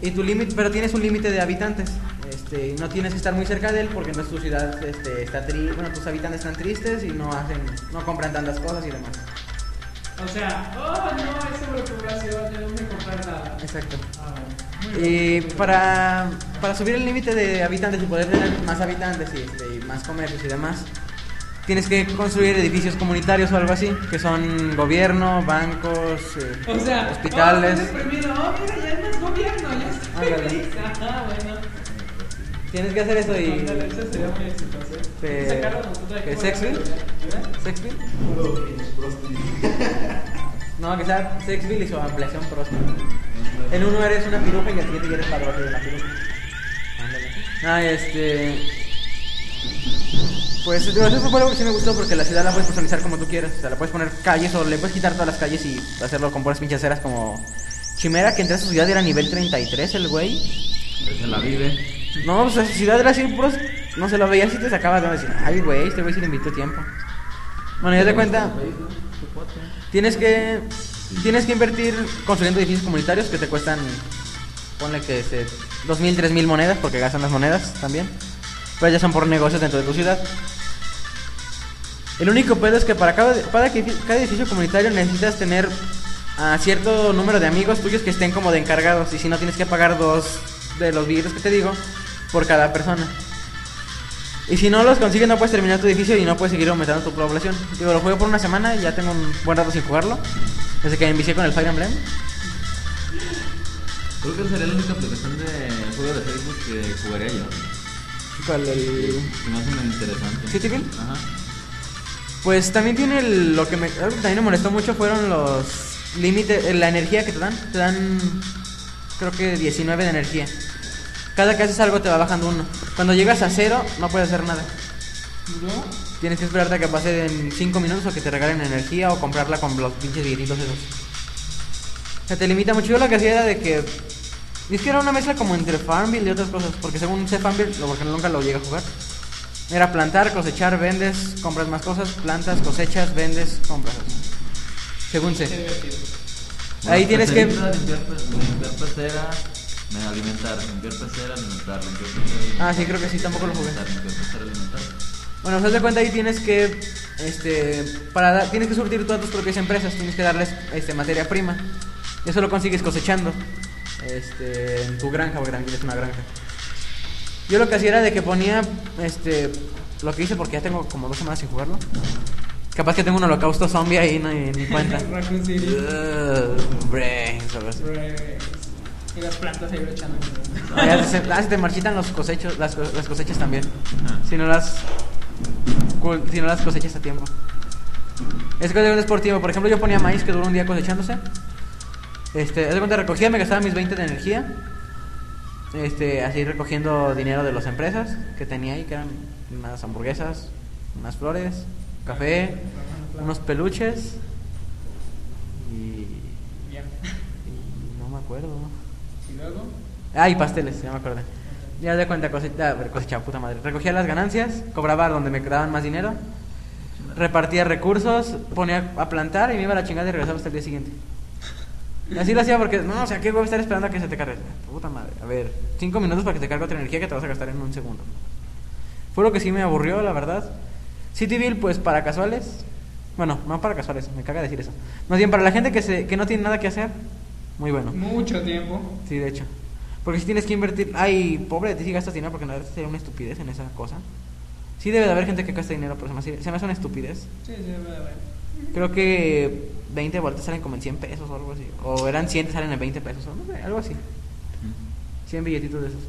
Y tu límite, pero tienes un límite de habitantes. Este, y no tienes que estar muy cerca de él porque entonces tu ciudad este, está triste, bueno, tus habitantes están tristes y no hacen, no compran tantas cosas y demás. O sea, oh no, es sobrepobración, yo no me comprar nada. Exacto. Ah, bueno. Muy bien. Y Eh, para, para subir el límite de habitantes y poder tener más habitantes y, este, y más comercios y demás, tienes que construir edificios comunitarios o algo así, que son gobierno, bancos, eh, O sea, hospitales. Oh, estoy deprimido. Oh, mira, ya es más gobierno, ya estoy Ándale. feliz. Ah, bueno. Tienes que hacer eso y... Ándale, eso sería muy exitoso. ¿eh? Te- Sacarlo nosotros de aquí este, ¿Qué, por sexy? la ¿eh? seguridad. ¿Sexville? Prosti. No, que sea Sexville y su ampliación próxima. En uno eres una piruja y al siguiente ya eres padrote de la piruja. Ándale. Ah, este. Pues digo, eso fue algo que sí me gustó porque la ciudad la puedes personalizar como tú quieras. O sea, la puedes poner calles o le puedes quitar todas las calles y hacerlo con puras pinches ceras como. Chimera, que entré a su ciudad y era nivel 33 el güey. Se la vive. No, o sea, su ciudad pues, era así puros No se lo veía si te sacaba de decir, ay, güey, este güey sí le invitó tiempo. Bueno, ya te cuenta, tienes que tienes que invertir construyendo edificios comunitarios que te cuestan, ponle que este, 2.000, 3.000 monedas, porque gastan las monedas también. Pero ya son por negocios dentro de tu ciudad. El único pedo es que para cada, para que- cada edificio comunitario necesitas tener a cierto número de amigos tuyos que estén como de encargados. Y si no, tienes que pagar dos de los billetes que te digo por cada persona. Y si no los consigues, no puedes terminar tu edificio y no puedes seguir aumentando tu población. Digo, lo jugué por una semana y ya tengo un buen rato sin jugarlo. Desde que me envicié con el Fire Emblem. Creo que sería la única aplicación de juego de Facebook que jugaría yo. Con el... Se me hace muy interesante. ¿Cityville? Ajá. Pues también tiene el- lo que me, algo que también me molestó mucho fueron los límites, eh, la energía que te dan. Te dan creo que 19 de energía. Cada que haces algo te va bajando uno. Cuando llegas a cero no puedes hacer nada. Tienes que esperarte a que pase en 5 minutos o que te regalen energía o comprarla con los pinches billetitos esos. O sea, te limita mucho. Yo lo que hacía era de que... Es que era una mezcla como entre Farmville y otras cosas. Porque según sé Farmville, lo- porque nunca lo llegué a jugar. Era plantar, cosechar, vendes, compras más cosas, plantas, cosechas, vendes, compras. Según sé. Ahí tienes que- pecerita, pues, Limpiar, pe- limpiar pecera, me- alimentar, limpiar pecera, alimentar, limpiar pecera. Ah, alimentar, sí, creo que sí, tampoco lo jugué. alimentar, Limpiar pecera, alimentar. Bueno, se de cuenta ahí tienes que, este, para dar- tienes que surtir todas tus propias empresas, tienes que darles, este, materia prima. Eso lo consigues cosechando, este, en tu granja, porque también tienes una granja. Yo lo que hacía era de que ponía, este, lo que hice porque ya tengo como dos semanas sin jugarlo. Capaz que tengo un holocausto zombie ahí, no ni, ni cuenta. Raccoon City. Ugh, brains, algo así. pues, Y las plantas ahí brechando. Ah, ya se, ah, se te marchitan los cosechos, las, co- las cosechas también. Si no las cul- si no las cosechas a tiempo. Es que es por tiempo. Por ejemplo, yo ponía maíz que duró un día cosechándose. Este, haz de cuenta, recogía, me gastaba mis 20 de energía. Este, así recogiendo dinero de las empresas que tenía ahí, que eran unas hamburguesas, unas flores, café, unos peluches. Y, Ya. y no me acuerdo. Y luego. Ah, y pasteles, ya me acordé. Ya de cuenta, cosita, cosecha, puta madre. Recogía las ganancias, cobraba donde me quedaban más dinero, repartía recursos, ponía a plantar y me iba a la chingada y regresaba hasta el día siguiente. Y así lo hacía porque, no, o sea, ¿qué voy a estar esperando a que se te cargue? Puta madre. A ver, cinco minutos para que te cargue otra energía que te vas a gastar en un segundo. Fue lo que sí me aburrió, la verdad. Cityville, pues para casuales. Bueno, no para casuales, me caga decir eso. Más bien para la gente que, se, que no tiene nada que hacer, muy bueno. Mucho tiempo. Sí, de hecho. Porque si tienes que invertir. Ay, pobre de ti si gastas dinero, porque la verdad sería una estupidez en esa cosa. Sí, debe de haber gente que gasta dinero, pero se me hace, se me hace una estupidez. Sí, sí, va, va. Creo que 20 vueltas salen como en 100 pesos o algo así. O eran 100 salen en 20 pesos o no sé, algo así. Mm. 100 billetitos de esos.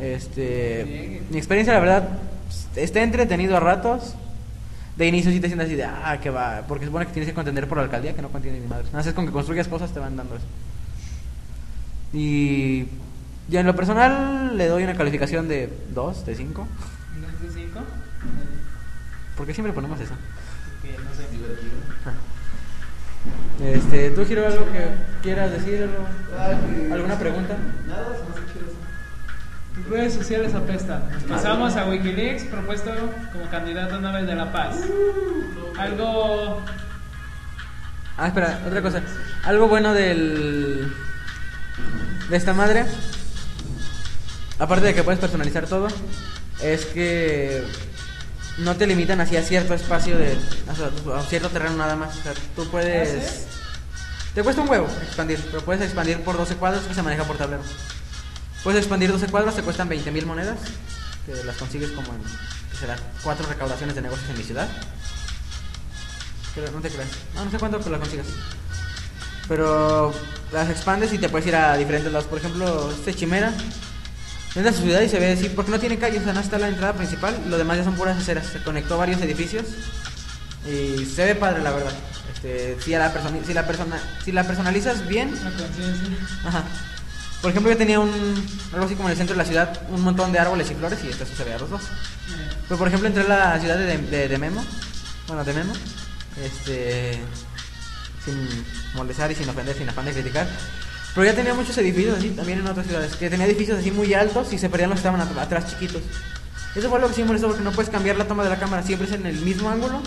Este. Bien. Mi experiencia, la verdad, está entretenido a ratos. De inicio sí te sientes así de, ah, que va. Porque supone que tienes que contender por la alcaldía, que no contiene ni madre. Nada más es con que construyas cosas te van dando eso. Y. Ya en lo personal le doy una calificación de 2, de 5. ¿Dos de cinco? ¿Por qué siempre ponemos eso? Que no sé. Este, ¿Tú, Giro, algo que quieras decir? algo- ¿Alguna pregunta? Nada, se me hace chido eso. Redes sociales apestan. Pasamos a Wikileaks, propuesto como candidato Nobel de la Paz. Algo. Ah, espera, otra cosa. Algo bueno del. de esta madre. Aparte de que puedes personalizar todo, es que. no te limitan así a cierto espacio de. o sea, a cierto terreno nada más. O sea, tú ¿Ah, puedes. sí? Te cuesta un huevo expandir, pero puedes expandir por 12 cuadros que se maneja por tablero. Puedes expandir 12 cuadros, te cuestan 20 mil monedas, que las consigues como en, que será, cuatro recaudaciones de negocios en mi ciudad. Creo- no te creas. No, no sé cuánto, pero las consigues. Pero las expandes y te puedes ir a diferentes lados. Por ejemplo, este Chimera. Es la ciudad y se ve así, porque no tiene calle, o sea, no está la entrada principal, lo demás ya son puras aceras. Se conectó varios edificios y se ve padre, la verdad. Este, si, a la persona, si, la persona, si la personalizas bien, Una conciencia. Ajá. Por ejemplo, yo tenía un algo así como en el centro de la ciudad, un montón de árboles y flores y esto se veía los dos. Eh, Pero Pues, por ejemplo, entré a la ciudad de, de- de Memo, bueno, de Memo, este, sin molestar y sin ofender, sin afán de criticar. Pero ya tenía muchos edificios así, también en otras ciudades, que tenía edificios así muy altos y se perdían los que estaban at- atrás chiquitos. Eso fue lo que sí me molestó porque no puedes cambiar la toma de la cámara, siempre es en el mismo ángulo.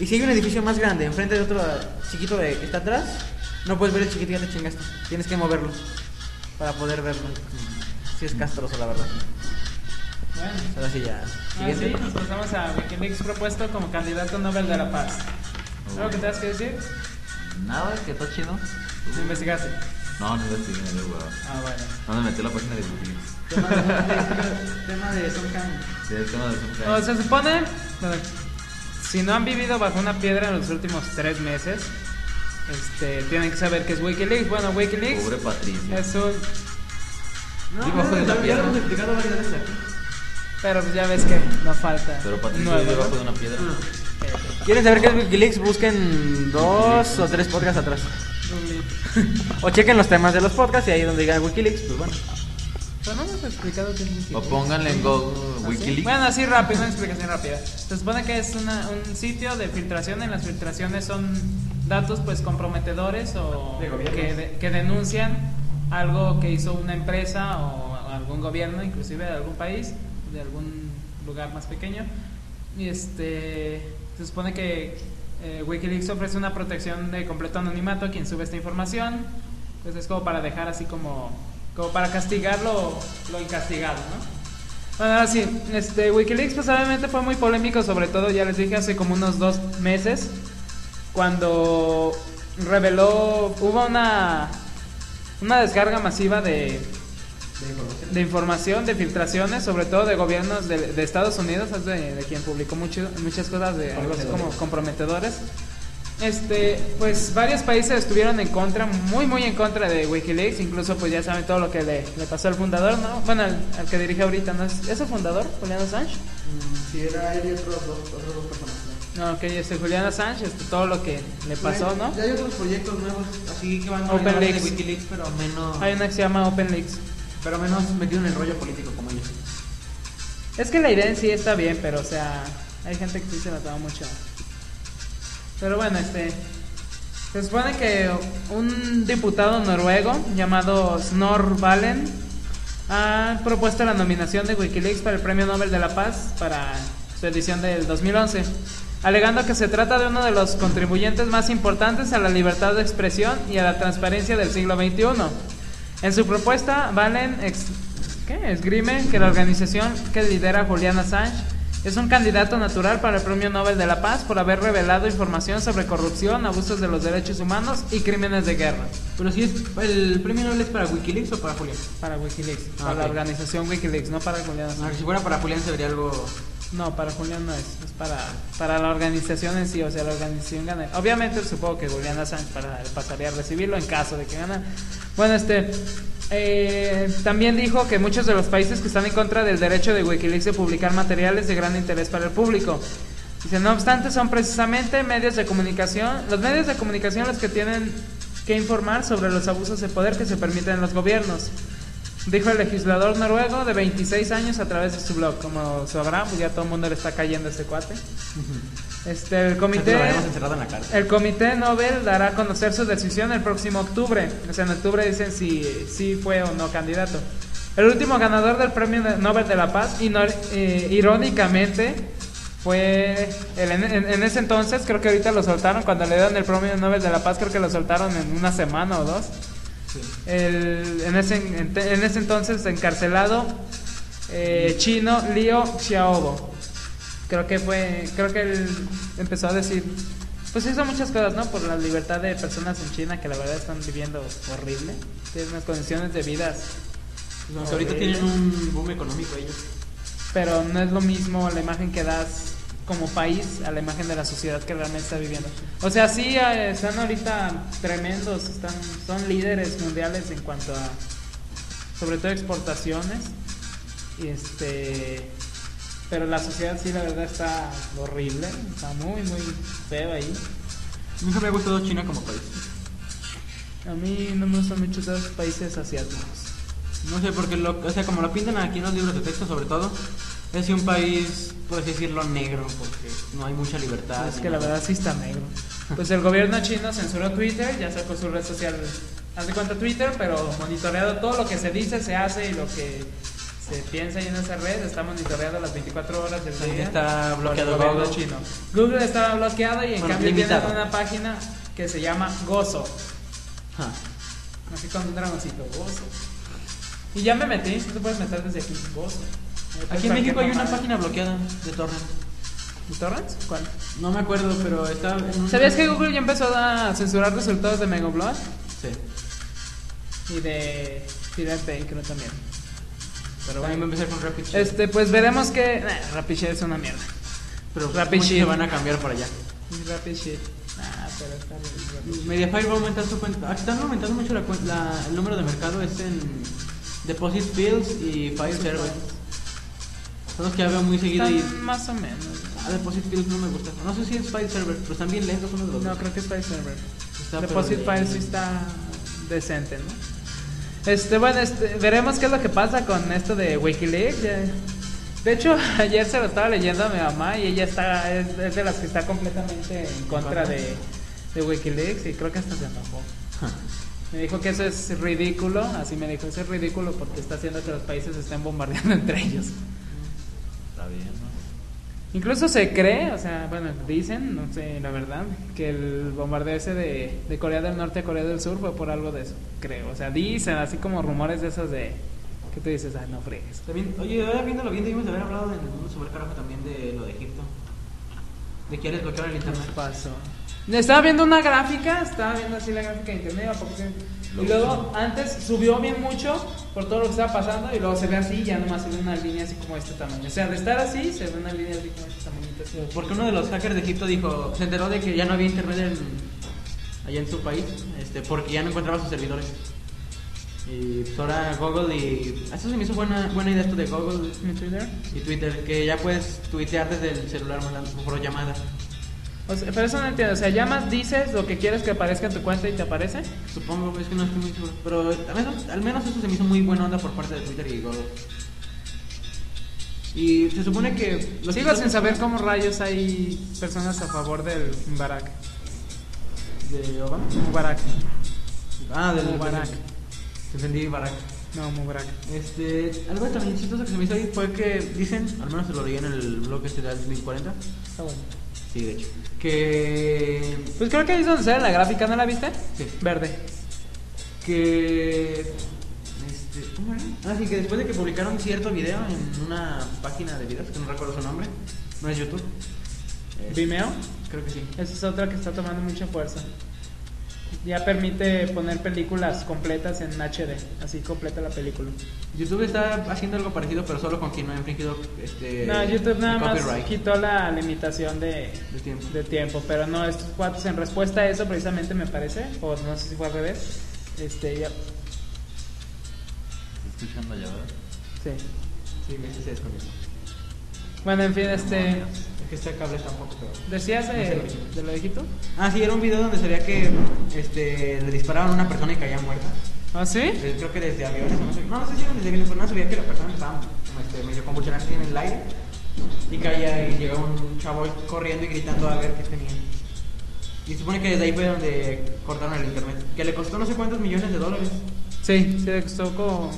Y si hay un edificio más grande, enfrente de otro chiquito de, que está atrás, no puedes ver el chiquito, ya te chingaste. Tienes que moverlo para poder verlo. Mm, Sí es castroso, la verdad. Bueno. Ahora sí ya. Ah, sí, Siguiente. nos pasamos a Wikileaks propuesto como candidato Nobel de la Paz. ¿Algo que tengas que decir? Nada, que está chido. Uh. ¿Lo pues. investigaste? No, no investigué, no, weón. Ah, bueno. No me metí a la página de Wikileaks. Tema de- tema de Son Kang. Sí, el tema de Subprime. No, se supone, bueno, si no han vivido bajo una piedra en los últimos tres meses, este, tienen que saber que es Wikileaks. Bueno, Wikileaks Pobre Patricia. es un... No, Debajo de la ya- ya piedra. lo hemos explicado varias veces aquí. Pero pues ya ves que no falta. Pero Patricia nuevo, vive ¿no? debajo de una piedra. Ah. Ok, ok. ¿Quieren saber qué es Wikileaks? Busquen dos o tres podcasts atrás. O chequen los temas de los podcasts y ahí donde digan Wikileaks, pues bueno. Pero no hemos explicado qué es Wikileaks. O pónganle en Google ¿Ah, sí? Wikileaks. Bueno, así rápido, una explicación rápida. Se supone que es una- un sitio de filtración. En las filtraciones son datos pues comprometedores o De gobiernos. que, de- que denuncian algo que hizo una empresa o algún gobierno, inclusive de algún país, de algún lugar más pequeño. Y este, se supone que eh, Wikileaks ofrece una protección de completo anonimato a quien sube esta información. Pues es como para dejar así como, como para castigarlo lo incastigable, ¿no? Bueno, ahora sí, este, Wikileaks pues obviamente fue muy polémico, sobre todo, ya les dije, hace como unos dos meses, cuando reveló, hubo una, una descarga masiva de, de información, de filtraciones, sobre todo de gobiernos de, de Estados Unidos, es de, de quien publicó mucho- muchas cosas de algo así como comprometedores. Este, pues varios países estuvieron en contra, muy muy en contra de Wikileaks, incluso pues ya saben todo lo que le, le pasó al fundador, ¿no? Bueno, al, al que dirige ahorita, ¿no? ¿Es, ¿es el fundador, Julian Assange? Si era él y otros dos, otros dos personas. ¿no? No, que este Julian Assange, este, todo lo que le pasó, ¿no? Ya hay otros proyectos nuevos, así que van Open el orden de Leaks. Wikileaks, pero menos, Hay una que se llama Open Leaks. pero menos metido en el rollo político como ellos. Es que la idea en sí está bien, pero o sea, hay gente que sí se la toma mucho. Pero bueno, este. Se supone que un diputado noruego llamado Snor Valen ha propuesto la nominación de Wikileaks para el Premio Nobel de la Paz para su edición del 2011, alegando que se trata de uno de los contribuyentes más importantes a la libertad de expresión y a la transparencia del siglo XXI. En su propuesta, Valen ex- ¿qué? esgrime que la organización que lidera Julian Assange es un candidato natural para el Premio Nobel de la Paz por haber revelado información sobre corrupción, abusos de los derechos humanos y crímenes de guerra Pero si es el premio Nobel es para Wikileaks o para Julián. para Wikileaks, Ah, para la ok. organización Wikileaks, no para Julian Ah, Assange. si fuera para Julián sería algo. No, para Julian no es, es para, para la organización en sí, o sea, la organización gana. Obviamente supongo que Julian Assange para, pasaría a recibirlo en caso de que gana. Bueno, este, eh, también dijo que muchos de los países que están en contra del derecho de Wikileaks de publicar materiales de gran interés para el público. Dice, no obstante, son precisamente medios de comunicación, los medios de comunicación los que tienen que informar sobre los abusos de poder que se permiten en los gobiernos. Dijo el legislador noruego de 26 años a través de su blog. Como sabrán, pues ya todo el mundo le está cayendo a este cuate. Este, el comité. Lo habíamos encerrado en la cárcel. El Comité Nobel dará a conocer su decisión el próximo octubre. O sea, en octubre dicen si, si fue o no candidato. El último ganador del Premio de- Nobel de la Paz, y no- eh, irónicamente, fue el- en, en- en ese entonces, creo que ahorita lo soltaron, cuando le dieron el Premio Nobel de la Paz, creo que lo soltaron en una semana o dos. El- en, ese, en, en ese entonces encarcelado eh, chino Liu Xiaobo creo que fue creo que él empezó a decir pues hizo muchas cosas no por la libertad de personas en China que la verdad están viviendo horrible tienen unas condiciones de vida Los que Pues ahorita tienen un boom económico ellos. pero no es lo mismo la imagen que das como país a la imagen de la sociedad que realmente está viviendo o sea sí eh, están ahorita tremendos están son líderes mundiales en cuanto a sobre todo exportaciones y este pero la sociedad sí la verdad está horrible está muy muy feo ahí Nunca me ha gustado China como país. a mí no me gustan mucho esos países asiáticos No sé, porque lo, o sea, como lo pintan aquí en los libros de texto, sobre todo, es un país, por así decirlo, negro, porque no hay mucha libertad. es ni que la nada. verdad sí está negro pues el gobierno chino censuró Twitter ya sacó su red social hace cuenta Twitter pero monitoreado todo lo que se dice se hace y lo que este, piensa ahí en esa red, está monitoreando las 24 horas del Sí, día. está por bloqueado el gobierno Google. chino. Google está bloqueado y en Bueno, cambio limitado. tienen una página que se llama Gozo. Ah. Así con un dragoncito, Gozo. Y ya me metí, tú te puedes meter desde aquí, Gozo. Aquí en México hay una página bloqueada de torrent. ¿De torrents? ¿Cuál? No me acuerdo, pero está en un- ¿Sabías que Google ya empezó a censurar resultados de Megablog? Sí. Y de Pirate creo también. Pero bueno, voy a empezar con Rapid Shield. Este, pues veremos que. Nah, Rapid Share es una mierda. pero pues, Rapid muchos Shield. se van a cambiar para allá. Rapid Shit. Nah, pero está bien. Mediafire va a aumentar su cuenta. Ah, Están aumentando mucho la cuen- la- el número de mercado. Es en Deposit Fields y Fire Server. Son los que ya veo muy seguido. Y Están más o menos. a Deposit Fields no me gusta. No sé si es Fire Server, pero están bien lentos uno de los No, dos. creo que es File Server. Está, pero Deposit de- File sí está decente, ¿no? Este, bueno, este, veremos qué es lo que pasa con esto de Wikileaks. ya. De hecho, ayer se lo estaba leyendo a mi mamá y ella está, es, es de las que está completamente en contra contra? de, de Wikileaks y creo que hasta se enojó. Me dijo que eso es ridículo, así me dijo, eso es ridículo porque está haciendo que los países estén bombardeando entre ellos. Está bien, ¿no? Incluso se cree, o sea, bueno, dicen, no sé la verdad, que el bombardeo ese de, de Corea del Norte a Corea del Sur fue por algo de eso, creo. O sea, dicen, así como rumores de esos de que tú dices, ah, no fregues. También, oye, ahora viéndolo bien, debimos de haber hablado en el mundo sobre el carajo también de lo de Egipto. De que ya les bloquearon el ¿Qué internet. pasó? Estaba viendo una gráfica, estaba viendo así la gráfica de internet, ¿a poco se- y luego antes subió bien mucho por todo lo que estaba pasando y luego se ve así, ya nomás se ve una línea así como de este tamaño. O sea, de estar así, se ve una línea así como de este tamaño. Porque uno de los hackers de Egipto dijo, se enteró de que ya no había internet en- allá en su país, este, porque ya no encontraba sus servidores. Y pues ahora Google y... Eso se me hizo buena, buena idea esto de Google ¿En Twitter? y Twitter, que ya puedes tuitear desde el celular mandando por llamada. O sea, pero eso no entiendo. O sea, llamas, dices lo que quieres que aparezca en tu cuenta y te aparece. Supongo, es que no estoy muy seguro. Pero al menos, al menos eso se me hizo muy buena onda por parte de Twitter y Google. Y se supone que... los Sigo que- sin saber cómo rayos hay personas a favor del Mubarak. ¿De Obama? Mubarak. Ah, del Mubarak. Defendí Barack. No, Mubarak. Este, algo también chistoso que se me hizo ahí fue que dicen, al menos se lo leí en el blog este del 1040. Está Ah, bueno. Sí, de hecho. Que. Pues creo que ahí es donde sale la gráfica, ¿no la viste? Sí. Verde. Que. Este, ¿Cómo era? Ah, sí, que después de que publicaron cierto video en una página de videos, que no recuerdo su nombre, no es YouTube. Eh, Vimeo. Creo que sí. Esa es otra que está tomando mucha fuerza. Ya permite poner películas completas en HD. Así completa la película. YouTube está haciendo algo parecido, pero solo con quien no ha infringido este. no, YouTube nada más copyright quitó la limitación de, de tiempo. de tiempo, pero no, estos cuates en respuesta a eso precisamente me parece, o no sé si fue al revés, este, ya, ¿Estás escuchando ya, verdad? sí. Sí, me dice se desconectó. Bueno, en fin, este, Es que este cable está un poco peor. decías de, de lo de Egipto. Ah, sí, era un video donde se veía que este, le disparaban a una persona y caía muerta. ¿Ah, sí? Eh, Creo que desde aviones, no sé. No, no sé si era desde aviones, pero no se veía que la persona estaba este, medio convulsionada así en el aire. Y caía y llegaba un chavo corriendo y gritando a ver qué tenía. Y supone que desde ahí fue donde cortaron el internet. Que le costó no sé cuántos millones de dólares. Sí, sí, le costó como,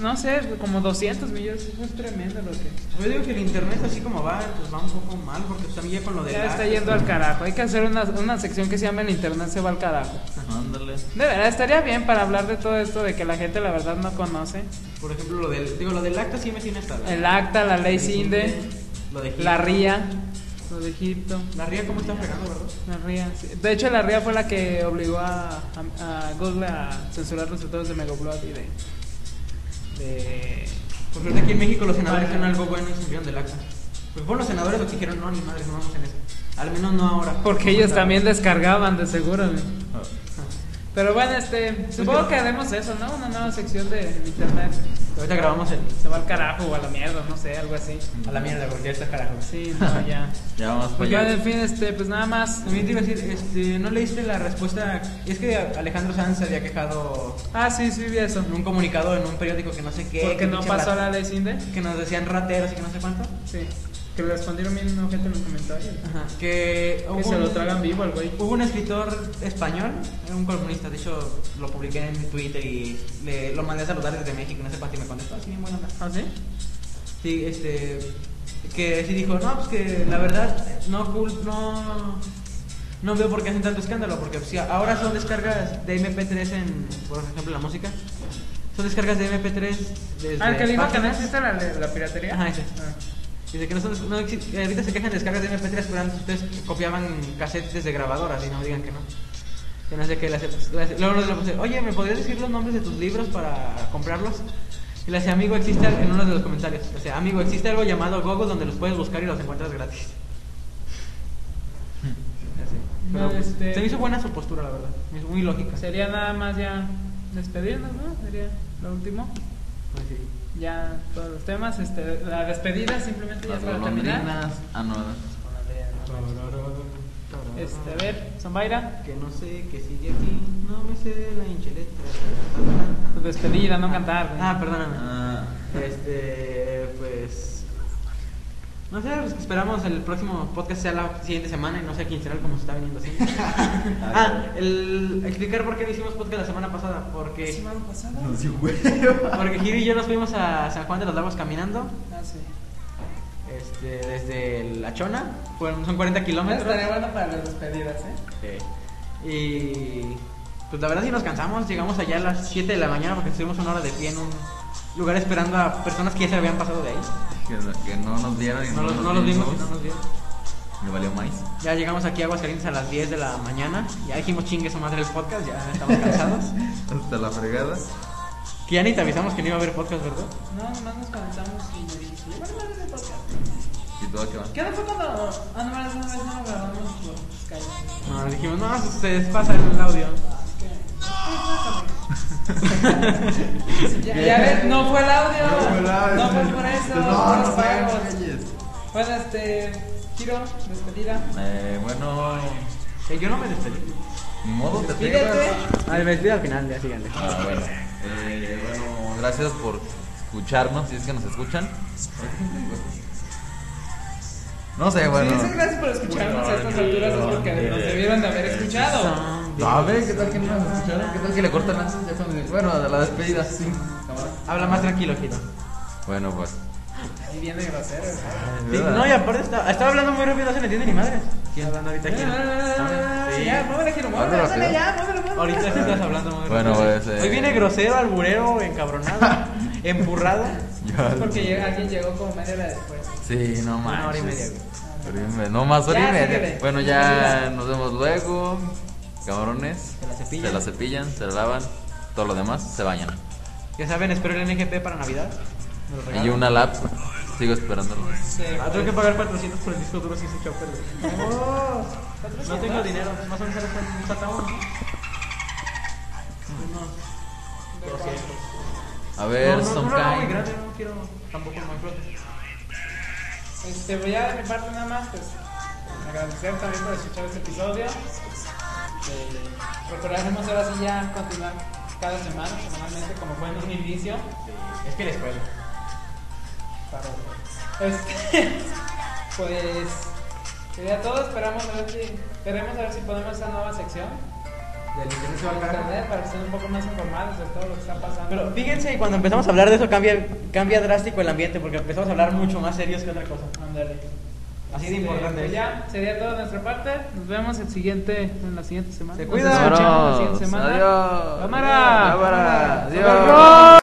no sé, como 200 millones, es tremendo lo que... Pues Yo digo que el internet así como va, pues va un poco mal, porque también ya con lo de Ya la- está yendo al carajo, hay que hacer una, una sección que se llama El Internet se va al carajo. Ándale. De verdad, estaría bien para hablar de todo esto de que la gente la verdad no conoce. Por ejemplo, lo del, digo, lo del acta sí me tiene hasta la- El acta, la ley Cinde, Lo de la Egipto. RIA, lo de Egipto. La ría como está fregando, ¿verdad? La RIA. sí. De hecho, la RIA fue la que obligó a, a- a Google a censurar resultados de Megablog y de. de. Por suerte aquí en México los senadores hicieron algo bueno y se hicieron del acta. Pues fueron los senadores los que dijeron, no, ni madre, no vamos en eso. Al menos no ahora. Porque ellos también descargaban, de seguro. güey. Ah. Pero bueno, este. Supongo que haremos eso, ¿no? Una nueva sección de internet. Ahorita grabamos el... Se va al carajo o a la mierda, no sé, algo así. A la mierda, porque ya está carajo. Sí, no, ya. Ya vamos para Pues ya, allá. en fin, este, pues nada más. También te iba a decir, este, ¿no leíste la respuesta? Es que Alejandro Sanz se había quejado Ah, sí, sí, vi eso. en un comunicado, en un periódico que no sé qué. Porque que no pinche pasó rat- la ley Cinde. Que nos decían rateros y que no sé cuánto. Sí. Que le respondieron bien una gente en los comentarios. Ajá, que Que hubo se lo un- tragan vivo al güey. Hubo un escritor español, era un columnista, de hecho lo publiqué en Twitter y le, lo mandé a saludar desde México, no sé para qué me contestó, así bien buena onda. ¿Ah, sí? Sí, este, que sí dijo, no, pues que la verdad, no, cul- no, no veo por qué hacen tanto escándalo, porque pues, sí, ahora son descargas de MP3 en, por ejemplo, la música, son descargas de MP3 desde Ah, el que dijo que no páginas. existe la, la piratería. Ajá, ese. Ah. Dice que no son- no exi- ahorita se quejan de descargas de MP3, pero antes ustedes copiaban cassettes de grabadoras y no digan que no. Que no sé qué. le hace- le hace- Luego le puse, oye, ¿me podrías decir los nombres de tus libros para comprarlos? Y le hace, amigo, existe al- en uno de los comentarios. O sea, amigo, existe algo llamado Google donde los puedes buscar y los encuentras gratis. Así. No, Pero, este- Se me hizo buena su postura, la verdad. Me hizo muy lógica. Sería nada más ya despedirnos, ¿no? Sería lo último. Así. Ya todos los temas. Este, la despedida simplemente ya Las es para terminar. golondrinas. Ah, no, ¿verdad? Este, a ver, Zambaira. Que no sé, que sigue aquí. No me sé la hincheleta. Tu despedida, no cantar. güey. Ah, perdóname. Ah, Este, pues. No sé, pues esperamos el próximo podcast sea la siguiente semana y no sea quincenal como se está viniendo así. ah, el explicar por qué no hicimos podcast la semana pasada. ¿La Porque, semana pasada? nos dio huevo. porque Giro y yo nos fuimos a San Juan de los Lagos caminando. Ah, sí. Este, desde La Chona. Fueron, son 40 kilómetros. Estaría bueno para las despedidas, ¿eh? Sí. Y pues la verdad sí nos cansamos, llegamos allá a las 7 de la mañana porque estuvimos una hora de pie en un lugar esperando a personas que ya se habían pasado de ahí. Que, que no nos dieron y No, los- no los vimos, vimos. no los vimos. Me valió maíz. Ya llegamos aquí a Aguascalientes a las 10 de la mañana. Ya dijimos chingue su madre el podcast, ya estamos cansados. Hasta la fregada. que ya ni te avisamos que no iba a haber podcast, ¿verdad? No, nomás nos conectamos y yo dije, sí, bueno, vamos a podcast. Y todo que va. ¿Qué no fue cuando.? Ah, no, no, no, no, no, grabamos los calles. No, dijimos, no, ustedes pasan el audio. Ya, ya ves, no fue el audio. No fue el audio. No fue por eso. No, no los fue, pagos. güeyes. Bueno, este. Giro, despedida. Eh, bueno, Que yo no me despedí. ni modo, te tengo. Despídete. Ah, me despido al final, ya síganle. Ah, bueno. Eh, bueno, gracias por escucharnos, si es que nos escuchan. No sé, bueno. Si dicen gracias por escucharnos a estas alturas es porque nos debieron de haber escuchado. No, a ver, ¿qué tal que no nos escucharon? ¿Qué tal que le cortan antes? Ya cuando- Bueno, a la despedida, sí. cámara. Habla más tranquilo, Giro. Bueno, pues. Y viene grosero. Sí, no, y aparte estaba, estaba hablando muy rápido, no se me entiende ni madre. ¿Quién hablando ahorita aquí? Sí, ya, muévele, Giro, muévele, Ahora rápido. muévele, ya, muévele, muévele. Ahorita sí estás hablando muy Bueno, rápido. pues, eh. Hoy viene grosero, alburero, encabronado, empurrado. Es porque llega- alguien llegó como media hora después. Sí, no más. Una hora y media, güey. No más hora Ya, y media. síguele. Bueno, ya nos vemos luego. Cabrones. Se la cepillan. Se la cepillan, se la lavan. Todo lo demás, se bañan. Ya saben, espero el NGP para Navidad. Me lo Y regalan. una lap. Sigo esperándolo. Ah, tengo que pagar 400 por el disco duro si se chopper. güey. Oh, No tengo dinero, más o menos era un satán. A ver, no, no, some no, no, muy kind. grande, no quiero tampoco más grande. Este, voy a de mi parte nada más, pues agradecer también por escuchar este episodio. Eh, procuraremos ahora sí ya continuar cada semana, semanalmente, como fue en un inicio. Es que la escuela. Para, este, pues, sería todo. Esperamos a ver si, queremos a ver si podemos esa nueva sección. Del internet se va Para a cargar. internet, para que estén un poco más informados de todo lo que está pasando. Pero fíjense, cuando empezamos a hablar de eso cambia, cambia drástico el ambiente porque empezamos a hablar mucho más serios que otra cosa. Ándale. Así de Este, importante pues es. ya, sería todo de nuestra parte. Nos vemos el siguiente, en la siguiente semana. Se Nos cuidan. escuchamos la siguiente Vámonos. semana. Adiós. Cámara. Cámara. Cámara. Adiós.